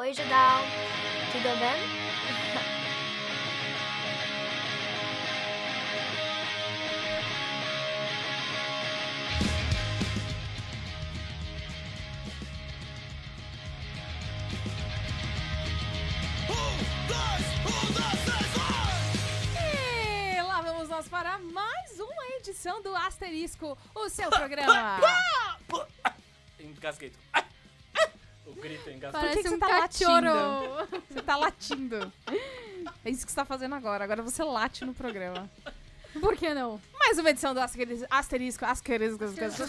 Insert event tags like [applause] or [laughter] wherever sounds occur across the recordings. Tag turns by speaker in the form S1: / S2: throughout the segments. S1: Oi, Judal. Tudo bem?
S2: E lá vamos nós para mais uma edição do Asterisco, o [laughs] seu programa.
S3: Engasguei. O grito engasguei.
S2: Parece
S4: que você
S2: um
S4: tá
S2: cachorro. [laughs] Você tá latindo. É isso que você tá fazendo agora. Agora você late no programa.
S4: Por que não?
S2: Mais uma edição do Asterisco, Asterisco, Asterisco. Asterisco.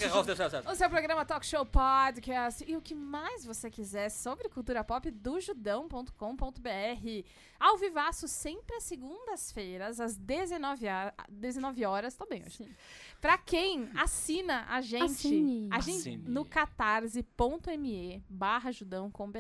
S2: O seu programa Talk Show Podcast e o que mais você quiser sobre cultura pop do judão.com.br. Ao vivaço, sempre às segundas-feiras, às 19, a- 19 horas, tô bem hoje. Pra quem assina a gente,
S4: Assine.
S2: a gente
S3: Assine.
S2: no catarse.me barra judão com br.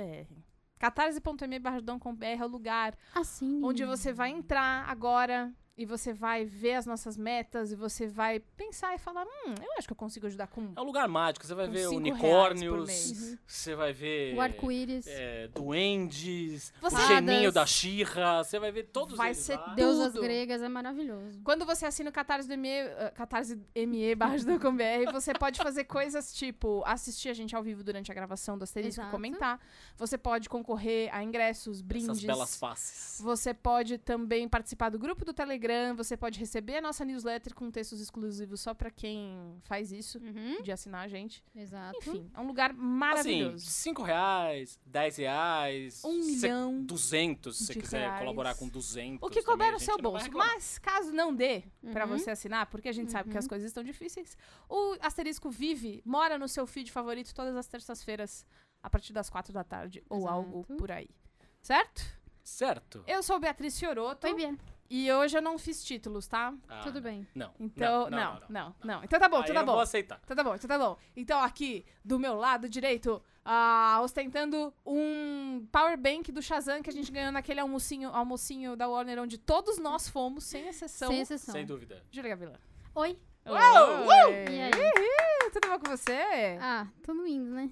S2: catarse.me barra judão com br é o lugar
S4: Assim.
S2: onde você vai entrar agora e você vai ver as nossas metas e você vai pensar e falar, hum, eu acho que eu consigo ajudar com
S3: É um lugar mágico. Você vai
S2: Com
S3: ver
S2: cinco
S3: unicórnios,
S2: reais por
S4: mês.
S3: você vai ver
S4: O arco-íris.
S3: é, duendes,
S2: Você-
S3: o geninho
S4: Fadas.
S3: da Xirra. Você vai ver todos
S2: Vai
S3: eles
S2: ser
S3: lá.
S4: Deusas
S2: tudo.
S4: gregas é maravilhoso.
S2: Quando você assina o Catarse do ME, eh, catarse.me barra judão.com.br, você pode fazer coisas tipo assistir a gente ao vivo durante a gravação do Asterisco,
S4: Exato.
S2: comentar. Você pode concorrer a ingressos,
S3: Essas
S2: brindes.
S3: belas faces.
S2: Você pode também participar do grupo do Telegram, você pode receber a nossa newsletter com textos exclusivos só pra quem faz isso,
S4: Uhum.
S2: de assinar a gente.
S4: Exato.
S2: Uhum. Enfim, é um lugar
S3: Assim,
S2: maravilhoso.
S3: 5 reais, 10 reais,
S2: um
S3: Assim, cê-
S2: milhão.
S3: 200, se você
S2: de
S3: quiser
S2: reais.
S3: colaborar com 200.
S2: O que
S3: também,
S2: couber
S3: a
S2: no
S3: gente
S2: seu
S3: não vai
S2: bolso.
S3: reclamar.
S2: Mas caso não dê pra
S4: Uhum.
S2: você assinar, porque a gente sabe que as coisas estão difíceis, o Asterisco vive, mora no seu feed favorito todas as terças-feiras, a partir das quatro da tarde, ou
S4: Exato.
S2: algo por aí. Certo?
S3: Certo.
S2: Eu sou Beatriz Fioroto
S4: Oi, Bia.
S2: e hoje eu não fiz títulos, então, tá?
S3: Ah,
S4: Tudo bem.
S3: Não.
S2: Então, não, não, não. Então tá bom,
S3: Aí
S2: então
S3: eu
S2: tá
S3: não vou
S2: bom.
S3: aceitar.
S2: Então tá bom, então tá bom. Então aqui, do meu lado direito, ah, ostentando um power bank do Shazam que a gente ganhou naquele almocinho, almocinho da Warner, onde todos nós fomos, sem exceção.
S4: Sem exceção.
S3: Sem dúvida.
S2: Júlia Gavila.
S4: Oi.
S2: Uau!
S4: E aí?
S2: Tudo bom com você?
S4: Ah, tudo indo, né?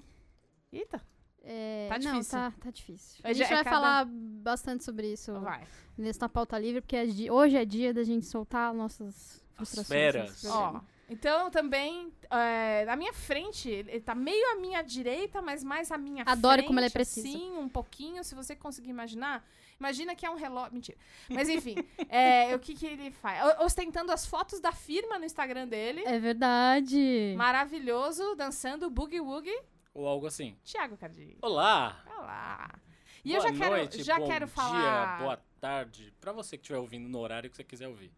S2: Eita,
S4: É,
S2: Tá
S4: não,
S2: difícil.
S4: tá, tá difícil.
S2: Hoje
S4: a gente
S2: é
S4: vai
S2: cada-
S4: falar bastante sobre isso
S2: vai.
S4: nesta pauta livre, porque é di- hoje é dia da gente soltar nossas frustrações.
S3: feras.
S4: nesse
S2: Ó,
S4: programa.
S2: então também, é, na minha frente, ele tá meio à minha direita, mas mais à minha
S4: Adoro
S2: frente,
S4: como ela é precisa.
S2: Sim, um pouquinho, se você conseguir imaginar. Imagina que é um relógio. Mentira. Mas enfim, [laughs] é, o que, que ele faz? O- Ostentando as fotos da firma no Instagram dele.
S4: É verdade.
S2: Maravilhoso, dançando Boogie Woogie,
S3: Ou algo assim.
S2: Thiago Cardi.
S3: Olá.
S2: Olha lá. E
S3: Boa
S2: eu já quero,
S3: noite,
S2: já
S3: bom
S2: quero
S3: dia,
S2: falar.
S3: boa tarde. Pra você que estiver ouvindo no horário que você quiser ouvir.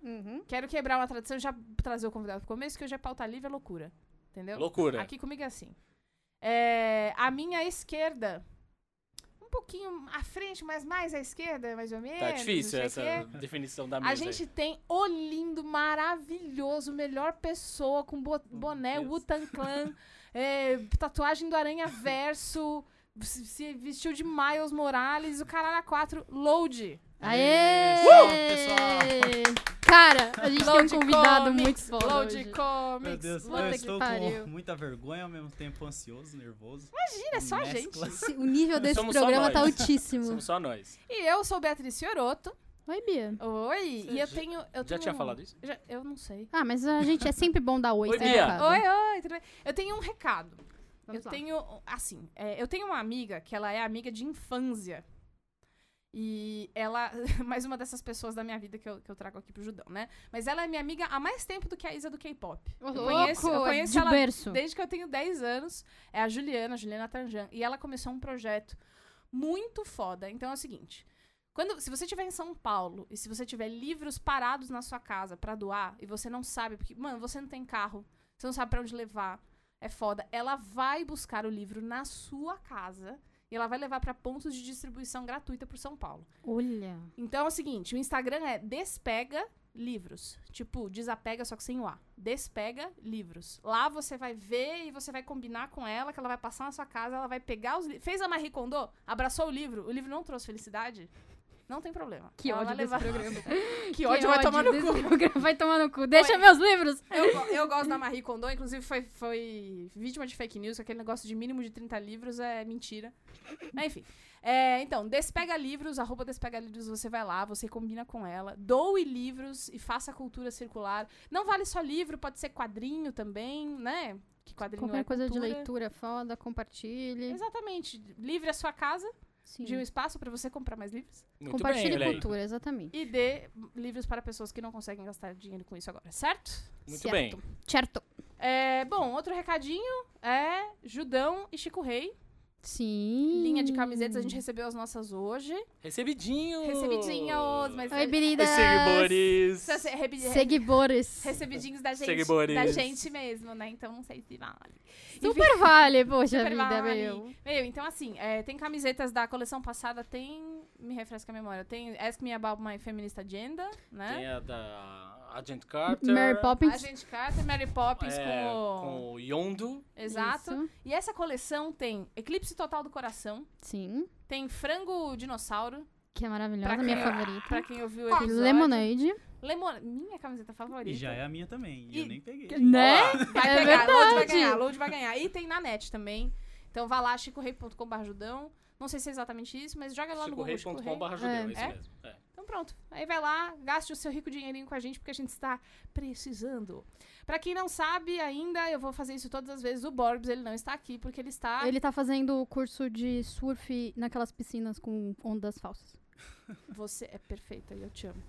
S2: Quero quebrar uma tradição e já trazer o convidado pro começo, que hoje é pauta livre, é loucura. Entendeu?
S3: Loucura.
S2: Aqui comigo é assim. É, a minha esquerda, um pouquinho à frente, mas mais à esquerda, mais ou menos.
S3: Tá
S2: não
S3: difícil
S2: sei
S3: essa
S2: o quê.
S3: definição da mesa.
S2: é. A gente tem o lindo, maravilhoso, melhor pessoa com bo- boné,
S3: Deus.
S2: Wutan
S3: [laughs]
S2: Clan, é, tatuagem do Aranha Verso, se se vestiu de Miles Morales, o caralho a 4, Load.
S4: Aê!
S3: Isso, pessoal.
S4: Cara, a gente
S2: Load
S4: tem um convidado
S2: Comics,
S4: muito bom.
S2: Load
S4: hoje.
S2: Comics.
S5: Meu Deus,
S4: puta
S5: eu
S4: que
S5: estou
S4: pariu.
S5: com muita vergonha, ao mesmo tempo ansioso, nervoso.
S2: Imagina, é só a gente.
S5: Mescla.
S4: Esse- O nível desse
S3: Somos só
S4: programa
S3: nós.
S4: tá altíssimo.
S3: Somos só nós.
S2: E eu sou Beatriz Fioroto.
S4: Oi, Bia.
S2: Oi, e eu
S3: já-
S2: tenho. Eu
S3: Já
S2: tenho
S3: tinha
S2: um-
S3: falado isso?
S2: já- eu não sei.
S4: Ah, mas a gente é sempre bom dar oi.
S3: Oi,
S4: tá
S3: Bia.
S4: educado.
S2: Oi, oi, tudo bem? Eu tenho um recado.
S4: Vamos
S2: eu
S4: lá.
S2: tenho, assim, é, eu tenho uma amiga que ela é amiga de infância. E ela, [laughs] mais uma dessas pessoas da minha vida que eu, que eu trago aqui pro Judão, né? Mas ela é minha amiga há mais tempo do que a Isa do K-pop.
S4: Ô,
S2: Eu conheço- eu
S4: louco, é
S2: conheço
S4: de
S2: ela
S4: berço.
S2: Desde que eu tenho 10 anos, é a Juliana, a Juliana Tranjan, e ela começou um projeto muito foda. Então é o seguinte, quando se você estiver em São Paulo e se você tiver livros parados na sua casa pra doar e você não sabe porque, mano, você não tem carro, você não sabe pra onde levar, é foda. Ela vai buscar o livro na sua casa e ela vai levar pra pontos de distribuição gratuita por São Paulo.
S4: Olha.
S2: Então é o seguinte, o Instagram é despega livros. Tipo, desapega só que sem o A. Despega livros. Lá você vai ver e você vai combinar com ela, que ela vai passar na sua casa, ela vai pegar os livros. Fez a Marie Kondo? Abraçou o livro? O livro não trouxe felicidade? Não tem problema.
S4: Que
S2: Ela
S4: ódio
S2: vai
S4: desse
S2: levar-
S4: programa.
S2: [laughs] Que ódio, vai tomar no
S4: desse
S2: cu.
S4: programa, Vai tomar no cu. Deixa meus livros.
S2: Eu, go- eu gosto da Marie Kondo, inclusive foi, foi vítima de fake news, aquele negócio de mínimo de 30 livros é mentira. Mas, Enfim. É, então, despega livros, arroba despega livros, você vai lá, você combina com ela. Doe livros e faça a cultura circular. Não vale só livro, pode ser quadrinho também, né? Que quadrinho
S4: Qualquer
S2: é
S4: coisa de
S2: cultura.
S4: leitura foda, compartilhe.
S2: Exatamente. Livre a sua casa
S4: Sim.
S2: de um espaço para você comprar mais livros.
S3: Muito bem,
S4: Compartilhe
S3: olha aí.
S4: cultura, exatamente.
S2: E dê livros para pessoas que não conseguem gastar dinheiro com isso agora, certo?
S3: Muito
S4: Certo.
S3: bem.
S4: Certo.
S2: É, bom, outro recadinho é Judão e Chico Rei.
S4: Sim.
S2: Linha de camisetas, a gente recebeu as nossas hoje.
S3: Recebidinho!
S2: Recebidinhos, mas.
S4: Oi, queridas.
S3: Os seguidores!
S2: Precisa ser é rebi- [laughs]
S4: Seguidores.
S2: Recebidinhos da gente.
S3: Seguidores.
S2: Da gente mesmo, né? Então não sei se vale.
S4: Super vale, poxa
S2: Super
S4: vida,
S2: vale.
S4: meu.
S2: Meu, então assim, é, tem camisetas da coleção passada, tem. Me refresca a memória. Tem Ask Me About My Feminist Agenda,
S3: Tem
S2: né?
S3: a da Agent Carter.
S4: Mary
S2: A
S4: Poppins.
S2: gente Carter, Mary Poppins
S3: é,
S2: com, o...
S3: com o Yondo.
S2: Exato.
S4: Isso.
S2: E essa coleção tem Eclipse Total do Coração,
S4: Sim.
S2: tem Frango Dinossauro,
S4: Que é maravilhosa,
S2: Pra
S4: minha
S2: quem-
S4: favorita.
S2: pra quem ouviu o episódio.
S4: Lemonade.
S2: Lemon... Minha camiseta favorita.
S5: E já é a minha também. E
S2: E-
S5: eu nem peguei.
S4: Né?
S2: Vai
S4: É
S2: pegar, Load vai
S4: verdade.
S2: ganhar, Load vai ganhar. E tem na net também. Então vá lá, chicorei.com.br. Não sei se é exatamente isso, mas joga lá no Google. Chico Rei.
S3: chicorrei.com.br judeu, é isso
S2: É.
S3: mesmo. É.
S2: Então pronto. Aí vai lá, gaste o seu rico dinheirinho com a gente, porque a gente está precisando. Pra quem não sabe ainda, eu vou fazer isso todas as vezes. O Borbs, ele não está aqui, porque ele está...
S4: Ele tá fazendo o curso de surf naquelas piscinas com ondas falsas.
S2: Você é perfeita e eu te amo.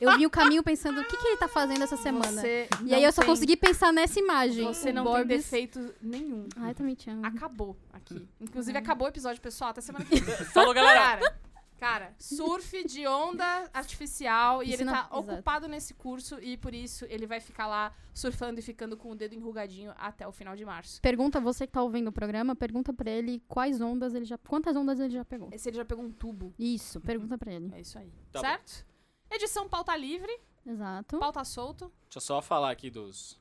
S4: Eu vi o caminho pensando o que, que ele tá fazendo essa semana.
S2: Você
S4: e
S2: não
S4: aí eu só
S2: tem-
S4: consegui pensar nessa imagem.
S2: Você
S4: O
S2: não
S4: Borbs- Uhum.
S2: tem defeito nenhum.
S4: Ai, também te amo.
S2: Acabou
S5: Uhum.
S2: aqui. Inclusive, acabou o episódio, pessoal. Até semana que vem.
S5: [laughs]
S3: Falou, galera!
S2: Cara, cara, surf de onda artificial e
S4: Isso
S2: ele
S4: não-
S2: tá
S4: exato.
S2: ocupado nesse curso e por isso ele vai ficar lá surfando e ficando com o dedo enrugadinho até o final de março.
S4: Pergunta, você que tá ouvindo o programa, pergunta pra ele quais ondas ele já. Quantas ondas ele já pegou.
S2: Esse ele já pegou um tubo.
S4: Isso, pergunta pra ele.
S2: É isso aí.
S3: Tá bom.
S2: certo? Edição pauta livre,
S4: Exato.
S2: pauta solto.
S3: Deixa eu só falar aqui dos...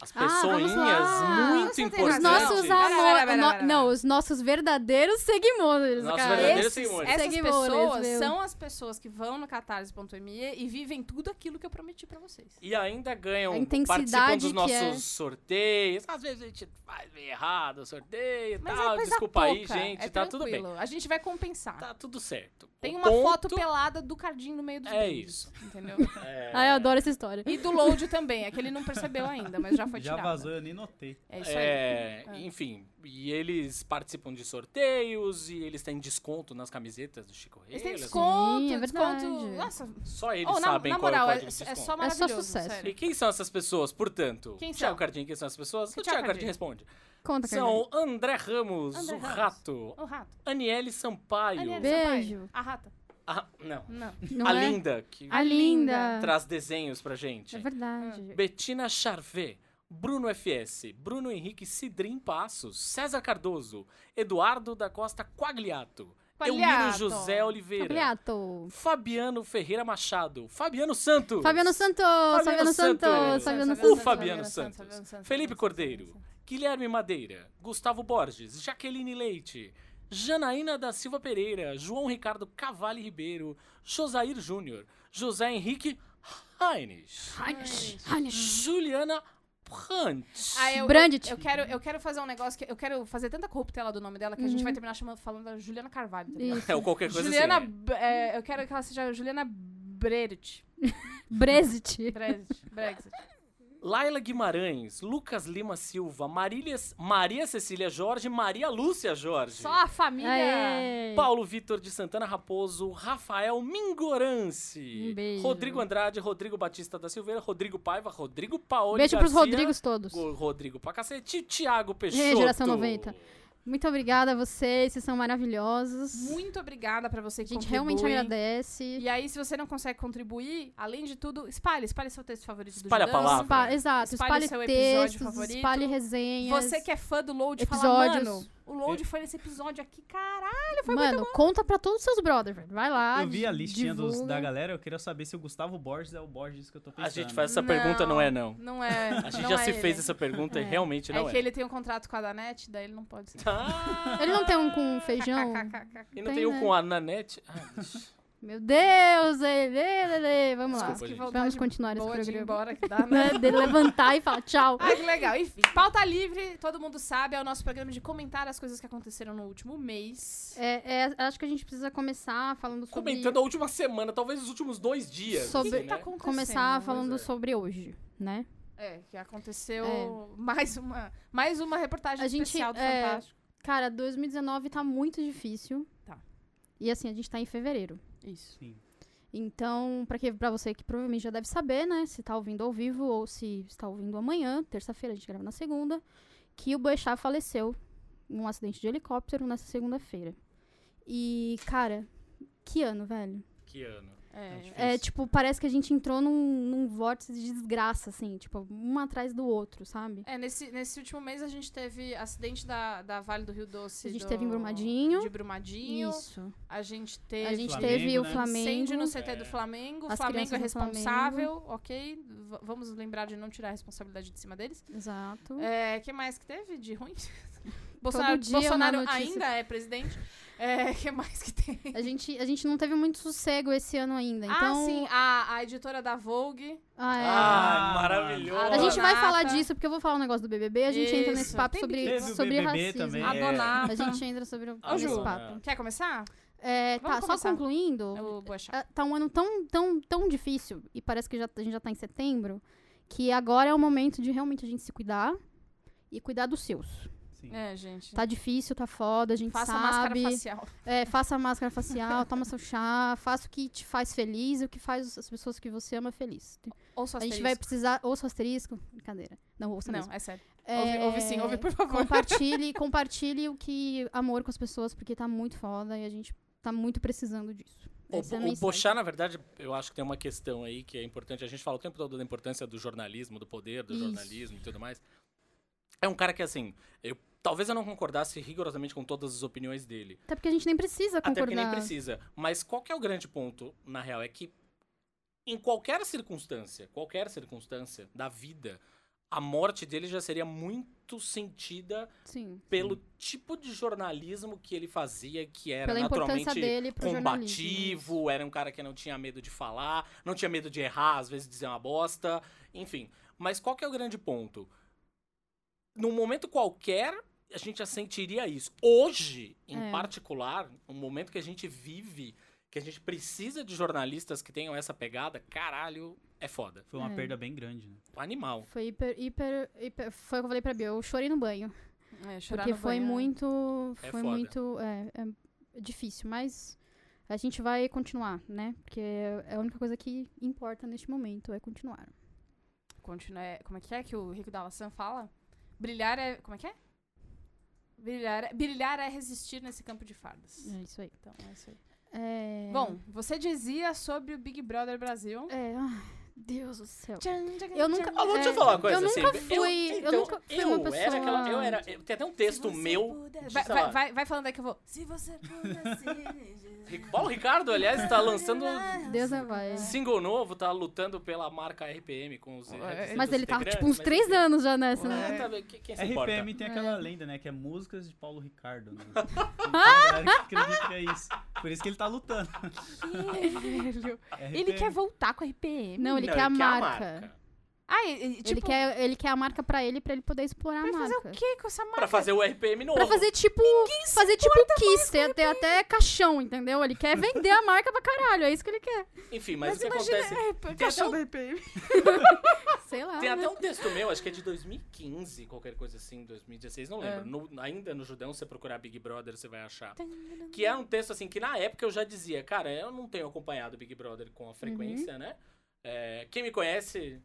S3: As
S4: Ah, vamos
S3: pessoinhas
S4: lá.
S3: muito
S2: Você tem razão.
S4: Os
S3: importantes.
S2: Pera,
S4: nossos
S2: pera,
S4: amor-
S2: pera,
S4: no-
S2: pera,
S4: Não,
S2: pera.
S4: os nossos verdadeiros seguidores,
S3: Nossos
S4: cara.
S3: verdadeiros-
S2: Esses-
S3: seguidores.
S2: essas
S4: Seguidores,
S2: pessoas
S4: meu.
S2: são as pessoas que vão no catarse.me e vivem tudo aquilo que eu prometi pra vocês.
S3: E ainda ganham,
S4: A intensidade
S3: participam dos
S4: que
S3: nossos
S4: é.
S3: sorteios. Às vezes a gente faz meio errado o sorteio e
S2: Mas
S3: tal.
S2: é coisa
S3: Ah, Desculpa
S2: pouca.
S3: aí, gente.
S2: é
S3: tá tudo bem.
S2: tranquilo. A gente vai compensar.
S3: Tá tudo certo.
S2: Tem
S3: O
S2: uma foto
S3: ponto
S2: pelada do Cardinho no meio dos
S3: É
S2: brindes,
S3: isso. [laughs]
S2: Entendeu?
S3: é-
S4: Ai, eu adoro essa história.
S2: E do load também, é que ele não percebeu ainda, mas já foi
S5: Já
S2: tirado.
S5: vazou, eu nem notei.
S2: É isso aí.
S3: É,
S2: Ah.
S3: enfim, e eles participam de sorteios e eles têm desconto nas camisetas do Chico Rei.
S2: Eles têm
S3: olha só.
S2: desconto,
S4: Sim, é
S2: desconto.
S4: verdade.
S2: Nossa,
S3: Só eles
S2: ou na,
S3: sabem
S2: na
S3: qual
S2: moral,
S3: é o
S2: é,
S3: código de
S2: é
S3: desconto.
S2: só maravilhoso.
S4: sucesso.
S2: sério.
S3: E quem são essas pessoas, portanto?
S2: Quem
S3: Tiago
S2: são?
S3: Cardinho, quem são essas pessoas? O
S2: Tiago
S3: Tiago
S2: Cardinho.
S3: Cardinho responde.
S4: Conta,
S3: São André Ramos,
S2: André
S3: o
S2: Ramos.
S3: Rato,
S2: O rato.
S3: Aniele Sampaio,
S2: Aliás,
S4: Beijo.
S2: seu pai. A rata.
S3: a, não,
S2: Não.
S4: Carmen. Não
S3: a
S4: é?
S3: Linda, que
S4: A linda.
S3: traz desenhos pra gente.
S4: É verdade.
S3: Betina Charvet, Bruno FS, Bruno Henrique Cidrim Passos, César Cardoso, Eduardo da Costa Quagliato, Elmiro
S2: Quagliato.
S3: José Oliveira,
S4: Obrigado.
S3: Fabiano Ferreira Machado, Fabiano Santos,
S4: Fabiano Santos,
S3: Fabiano
S4: Fabiano Santos,
S3: Santos.
S4: Fabiano
S3: O
S4: Santos.
S3: Fabiano Santos. Felipe Cordeiro. Guilherme Madeira, Gustavo Borges, Jaqueline Leite, Janaína da Silva Pereira, João Ricardo Cavalli Ribeiro, Josair Júnior, José Henrique Heines,
S4: Heinrich, Heinrich.
S3: Juliana Prantz.
S2: Ah, eu,
S4: Brandt.
S2: eu, eu quero, eu quero fazer um negócio que eu quero fazer tanta corruptela do nome dela que a
S4: Uhum.
S2: gente vai terminar chamando, falando da Juliana Carvalho. tá ligado?
S4: Isso.
S3: [laughs] É, ou qualquer coisa
S2: Juliana,
S3: assim.
S2: B- é, eu quero que ela seja Juliana Brerit. [laughs]
S4: Brexit.
S2: Brexit.
S3: [laughs]
S2: Brexit.
S3: Laila Guimarães, Lucas Lima Silva, Marília, Maria Cecília Jorge, Maria Lúcia Jorge.
S2: Só a família.
S4: Aê.
S3: É. Paulo Vitor de Santana Raposo, Rafael Mingorance,
S4: Um beijo.
S3: Rodrigo Andrade, Rodrigo Batista da Silveira, Rodrigo Paiva, Rodrigo Paoli
S4: Beijo pros
S3: Garcia,
S4: Rodrigos todos.
S3: Go- Rodrigo pra cacete, Thiago Peixoto.
S4: geração 90. Muito obrigada a vocês, vocês são maravilhosos.
S2: Muito obrigada pra você
S4: a
S2: que
S4: gente
S2: contribui.
S4: realmente agradece.
S2: E aí, se você não consegue contribuir, além de tudo, espalhe, espalhe seu texto favorito
S3: Espalha a
S2: do Judão.
S3: palavra.
S4: Espa- Exato,
S2: Espalhe
S4: espalhe,
S2: seu episódio
S4: textos,
S2: favorito.
S4: espalhe resenhas.
S2: Você que é fã do Load, fala,
S4: Episódios.
S2: mano, o Load foi nesse episódio aqui, caralho.
S4: Mano, conta pra todos os seus brothers, velho. Vai lá.
S5: Eu vi a listinha dos-
S4: divulga.
S5: da galera, eu queria saber se o Gustavo Borges é o Borges que eu tô pensando.
S3: A gente faz essa
S2: Não.
S3: pergunta, não é não.
S2: Não é.
S3: A gente
S2: não
S3: já
S2: é
S3: se
S2: ele.
S3: fez essa pergunta e
S4: [laughs] É.
S3: realmente não
S2: É
S3: é.
S2: que ele tem um contrato com a Danete, daí ele não pode
S4: [laughs]
S2: ser.
S3: Ah,
S4: Ele não tem um com feijão?
S2: [laughs] KKKKK.
S3: e não
S4: tem,
S3: tem o
S4: né?
S3: com a Nanete? Ah, deixa.
S4: Meu Deus, ei, ei, ei, ei, vamos lá.
S3: Desculpa, gente.
S4: Vamos continuar esse
S2: Boa de ir
S4: programa.
S2: embora que
S4: [laughs]
S2: dá, né?
S4: Né, De levantar e falar tchau.
S2: Ah, que legal. Enfim, pauta livre, todo mundo sabe, é o nosso programa de comentar as coisas que aconteceram no último mês.
S4: É, é, acho que a gente precisa começar falando sobre...
S3: Comentando a última semana, talvez os últimos dois dias.
S4: Sobre-
S3: assim,
S2: O que que tá
S3: né?
S2: acontecendo?
S4: Começar falando
S3: é.
S4: sobre hoje, né?
S2: É, que aconteceu
S4: É.
S2: mais uma mais uma reportagem
S4: A gente,
S2: especial do
S4: é,
S2: Fantástico.
S4: Cara, 2019 tá muito difícil.
S2: Tá.
S4: E assim, a gente tá em fevereiro.
S2: Isso.
S4: Então, pra que, pra você que provavelmente já deve saber, né? Se tá ouvindo ao vivo ou se está ouvindo amanhã, terça-feira, a gente grava na segunda, que o Boechat faleceu em um acidente de helicóptero nessa segunda-feira. E, cara, que ano, velho.
S3: Que ano.
S2: É,
S4: É, tipo, parece que a gente entrou num, num vórtice de desgraça, assim, tipo, um atrás do outro, sabe?
S2: É, nesse, nesse último mês a gente teve acidente da, da Vale do Rio Doce.
S4: A gente
S2: do-
S4: teve em Brumadinho.
S2: De Brumadinho.
S4: Isso.
S2: A gente teve.
S4: A gente
S5: Flamengo,
S4: teve o
S5: né?
S4: Flamengo.
S2: Incêndio no CT
S3: É.
S2: do Flamengo. O
S4: As
S2: Flamengo é
S4: crianças do
S2: responsável, ok? V- vamos lembrar de não tirar a responsabilidade de cima deles.
S4: Exato.
S2: É, que mais que teve de
S4: [laughs]
S2: ruim? Bolsonaro,
S4: dia uma
S2: Bolsonaro
S4: notícia.
S2: ainda é presidente. É, que mais que tem?
S4: A gente, a gente não teve muito sossego esse ano ainda. Então,
S2: ah, sim, a, a editora da Vogue.
S4: Ah, é.
S3: Ah,
S5: Ah,
S3: maravilhoso.
S4: a gente vai
S2: Donata.
S4: falar disso, porque eu vou falar um negócio do BBB. A gente entra nesse
S2: Isso.
S4: papo
S2: Tem
S4: sobre,
S5: Teve o
S4: sobre
S5: BBB
S4: racismo.
S5: também.
S2: A
S5: É.
S2: Donata.
S4: A gente entra sobre o-
S2: Ô,
S4: nesse
S2: Ju.
S4: papo.
S2: Quer começar?
S4: É,
S2: Vamos
S4: tá, só
S2: começar.
S4: concluindo,
S2: O Boechat.
S4: é, tá um ano tão, tão, tão difícil, e parece que já, a gente já tá em setembro, que agora é o momento de realmente a gente se cuidar e cuidar dos seus.
S5: Sim.
S2: É, gente.
S4: Tá difícil, tá foda, a gente
S2: Faça
S4: sabe.
S2: máscara facial.
S4: É, faça a máscara facial, [laughs] toma seu chá, faça o que te faz feliz e o que faz as pessoas que você ama feliz.
S2: Ou só
S4: A gente vai precisar, ouça o asterisco, brincadeira. Não, ouça
S2: Não,
S4: mesmo.
S2: é sério.
S4: É,
S2: Ouve, ouve sim, ouve, por favor. [laughs]
S4: Compartilhe, compartilhe o que amor com as pessoas, porque tá muito foda e a gente tá muito precisando disso.
S3: O,
S4: Essa é a
S3: o
S4: mensagem.
S3: Bochá, na verdade, eu acho que tem uma questão aí que é importante. A gente fala o tempo todo da importância do jornalismo, do poder do
S4: Isso.
S3: jornalismo e tudo mais. É um cara que, assim, eu, talvez eu não concordasse rigorosamente com todas as opiniões dele.
S4: Até porque a gente nem precisa
S3: Até
S4: concordar.
S3: porque nem precisa. Mas qual que é o grande ponto, na real? É que em qualquer circunstância, qualquer circunstância da vida, a morte dele já seria muito sentida
S4: Sim.
S3: pelo tipo de jornalismo que ele fazia, que era
S4: Pela importância
S3: naturalmente
S4: dele pro jornalismo.
S3: combativo, era um cara que não tinha medo de falar, não tinha medo de errar, às vezes dizer uma bosta, enfim. Mas qual que é o grande ponto? Num momento qualquer, a gente já sentiria isso. Hoje, em
S4: É.
S3: particular, um momento que a gente vive, que a gente precisa de jornalistas que tenham essa pegada, caralho, é foda.
S5: Foi uma
S4: É.
S5: perda bem grande, né?
S3: Animal.
S4: Foi hiper, hiper, hiper- Foi o que eu falei pra Bia, eu chorei no banho.
S2: É, chorar
S4: Porque
S2: no
S4: foi
S2: banheiro.
S4: muito.
S3: É
S4: Foi
S3: foda.
S4: muito. É, é difícil, mas a gente vai continuar, né? Porque é a única coisa que importa neste momento é continuar.
S2: Continua, é- como é que é que o Rico da Laçã fala? Brilhar é. Como é que é? Brilhar é, brilhar é resistir nesse campo de fardas.
S4: É isso aí.
S2: Então, é isso aí.
S4: É...
S2: Bom, você dizia sobre o Big Brother Brasil.
S4: É, ai, Deus do céu.
S2: Tchan, tchan,
S4: Eu
S2: tchan.
S4: nunca-
S3: Ah, vou te
S4: É,
S3: falar uma coisa
S4: eu
S3: assim.
S4: nunca fui- eu nunca fui uma
S3: Era
S4: pessoa-
S3: aquela, eu era, eu- tem até um texto meu. de,
S2: Vai,
S3: sei
S2: vai-
S3: lá,
S2: vai- vai falando aí que eu vou. Se você
S3: Ric- Paulo Ricardo, aliás, está lançando
S4: Deus é vai.
S3: single novo, tá lutando pela marca RPM com os.
S2: Mas
S4: Mas ele tá,
S3: está
S4: tipo, uns três anos já nessa, né?
S3: É, tá, bem, que- quem se importa?
S5: RPM tem aquela
S4: É.
S5: lenda, né? Que é músicas de Paulo Ricardo.
S2: [laughs]
S5: Né? Tem uma galera que acredita que é isso. Por isso que ele tá lutando.
S2: [laughs] Ele
S5: RPM.
S2: quer voltar com a RPM.
S4: Não, ele quer a marca.
S2: Ah, e, e, tipo,
S4: Ele quer, ele quer a marca pra ele, pra ele poder explorar a
S2: vai
S4: marca.
S2: fazer o que com essa marca?
S3: Pra fazer o RPM novo.
S4: Pra fazer tipo. Fazer tipo Kiss, ter até, até caixão, entendeu? Ele quer vender a marca pra caralho, é isso que ele quer.
S3: Enfim, mas,
S2: Mas
S3: o que
S2: imagina,
S3: acontece?
S2: Pô,
S3: Tem até,
S2: cachorro
S3: um,
S4: Sei lá.
S3: tem
S4: é né?
S3: até um texto meu, acho que é de 2015, qualquer coisa assim, 2016, não
S4: É.
S3: lembro. No- ainda no Judão, se você procurar Big Brother, você vai achar. Que é um texto assim que na época eu já dizia, cara, eu não tenho acompanhado Big Brother com a frequência,
S4: Uhum.
S3: né? É, quem me conhece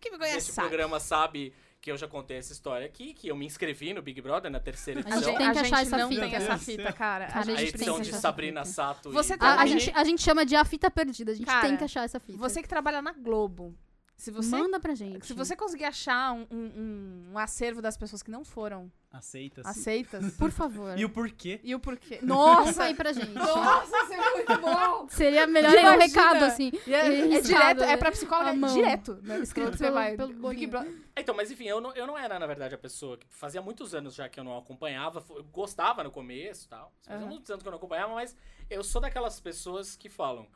S2: Quem me
S4: É,
S3: desse
S2: conhece sabe.
S3: programa sabe que eu já contei essa história aqui, que eu me inscrevi no Big Brother na terceira
S4: A gente
S3: edição.
S4: tem que achar essa
S2: não
S4: fita.
S2: tem
S5: Meu
S2: essa
S5: Deus do
S2: fita,
S5: céu.
S2: cara.
S4: Cara,
S3: A
S4: a gente
S3: edição
S4: tem
S3: de
S4: que achar
S3: Sabrina
S4: essa
S3: Sato
S2: Você
S3: e
S2: tá-
S4: A, a
S3: Pauline.
S4: gente, a gente chama de a fita perdida, a gente
S2: Cara,
S4: tem que achar essa fita.
S2: Você que trabalha na Globo, se você,
S4: Manda pra gente.
S2: se você conseguir achar um, um- um acervo das pessoas que não foram
S5: Aceita.
S3: Assim. [laughs]
S2: aceitas,
S4: Por favor.
S5: E o porquê?
S2: e o porquê.
S4: Nossa,
S2: Nossa!
S4: aí pra
S2: [laughs]
S4: gente.
S2: nossa, isso é muito bom!
S4: Seria melhor aí um
S2: Imagina.
S4: recado, assim.
S2: E é, é
S4: Riscado,
S2: direto,
S4: né?
S2: é pra psicóloga
S4: A mão.
S2: direto. Né?
S4: Escrito
S2: Você
S4: pelo-
S2: vai,
S4: pelo
S2: Big
S4: bolinho.
S2: Brother.
S3: Então, mas enfim, eu não, eu não era, na verdade, a pessoa que fazia muitos anos já que eu não acompanhava. Fo- Eu gostava no começo e tal. Fazia
S2: Aham.
S3: muitos anos que eu não acompanhava, mas eu sou daquelas pessoas que falam.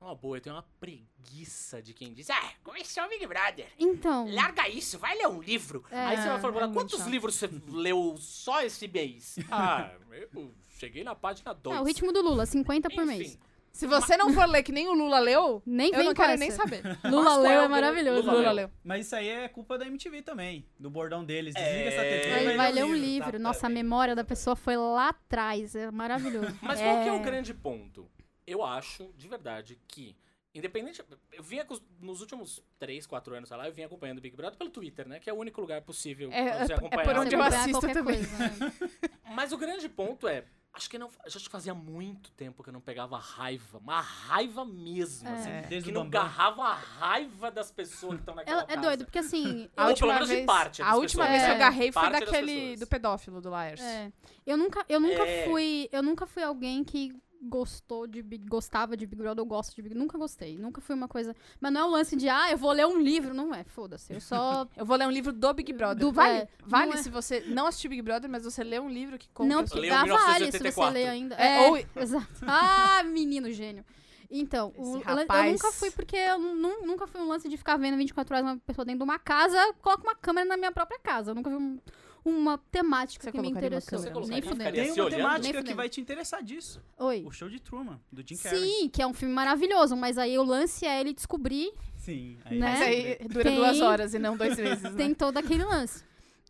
S3: Uma boa, eu tenho uma preguiça de quem diz, ah, começou o Big Brother.
S4: Então.
S3: Larga isso, vai ler um livro.
S4: É,
S3: Aí você vai formular
S4: é muito
S3: quantos
S4: chato.
S3: livros você leu só esse
S4: [laughs]
S3: mês? Ah, eu cheguei na página 2.
S4: É o ritmo do Lula, 50 por
S3: Enfim,
S4: mês.
S2: Se você não for ler que nem o Lula leu,
S4: Nem
S2: eu
S4: vem
S2: não
S4: com
S2: quero
S4: essa.
S2: nem saber.
S3: Mas
S4: Lula
S3: qual
S4: leu
S3: é
S4: é
S3: o-
S4: maravilhoso.
S3: Lula
S2: Lula
S3: leu.
S2: leu.
S5: Mas isso aí é culpa da MTV também, do bordão deles. Desliga essa
S3: É.
S5: TV.
S4: Aí
S5: mas
S4: vai, ler um livro. Nossa, a
S5: exatamente.
S4: memória da pessoa foi lá atrás. É maravilhoso.
S3: Mas qual que é o
S2: É.
S3: grande ponto? Eu acho, de verdade, que. Independente. Eu vinha com os- nos últimos 3, 4 anos, sei lá, eu vim acompanhando o Big Brother pelo Twitter, né? Que é o único lugar possível
S2: É,
S3: pra você
S2: é
S3: acompanhar. Tipo assim,
S2: por onde
S4: Você
S2: eu
S4: comprar
S2: assisto
S4: qualquer
S2: também.
S4: coisa, né?
S3: Mas o grande ponto é. Acho que não. Acho que fazia muito tempo que eu não pegava raiva. Uma raiva mesmo.
S4: É.
S3: assim, que
S5: Desde o
S3: não
S5: Bambam.
S3: agarrava a raiva das pessoas que estão naquela
S4: Ela- é
S3: casa.
S4: doido, porque assim.
S2: A
S3: Ou
S2: última
S3: pelo menos
S2: vez,
S3: em parte.
S2: a
S3: das
S2: última
S3: pessoas.
S2: vez que eu
S4: É.
S2: agarrei foi
S3: Parte das
S2: daquele
S3: pessoas.
S2: do pedófilo do Liars.
S4: É. Eu nunca, eu nunca
S3: É.
S4: fui, eu nunca fui alguém que gostou de Big, gostava de Big Brother, eu gosto de Big, nunca gostei, nunca fui uma coisa, mas não é um lance de ah, eu vou ler um livro, não é, foda-se, eu só
S2: Eu vou ler um livro do Big Brother.
S4: Do-
S2: vale
S4: é,
S2: vale
S4: não é-
S2: se você não assistir Big Brother, mas você lê um livro que conta.
S4: não
S2: sobre-
S3: Leu
S4: dá vale se você
S3: 1984.
S4: ler ainda.
S2: É, ou- [laughs]
S4: exato. [laughs] Ah, menino gênio. Então, o-
S2: Esse
S4: eu, eu
S2: rapaz.
S4: nunca fui porque eu nu- nunca fui um lance de ficar vendo 24 horas uma pessoa dentro de uma casa, coloca uma câmera na minha própria casa. Eu nunca vi um- uma temática
S2: Você
S4: que me
S2: colocaria uma
S4: interessou.
S2: câmera
S3: na
S4: Nem
S3: sua casa?
S4: fudendo.
S3: Ficaria
S5: Tem
S3: se
S5: uma
S3: olhando?
S4: Nem
S5: temática que
S4: fudendo.
S5: vai te interessar disso.
S4: Oi.
S5: O show de Truman, do Jim Carrey.
S4: Sim, que é um filme maravilhoso, mas aí o lance é ele descobrir,
S5: Sim.
S4: Né?
S2: Mas
S5: você
S2: aí
S5: vê.
S2: dura
S4: Tem-
S2: duas horas e não dois [laughs] meses. né?
S4: tem todo aquele lance.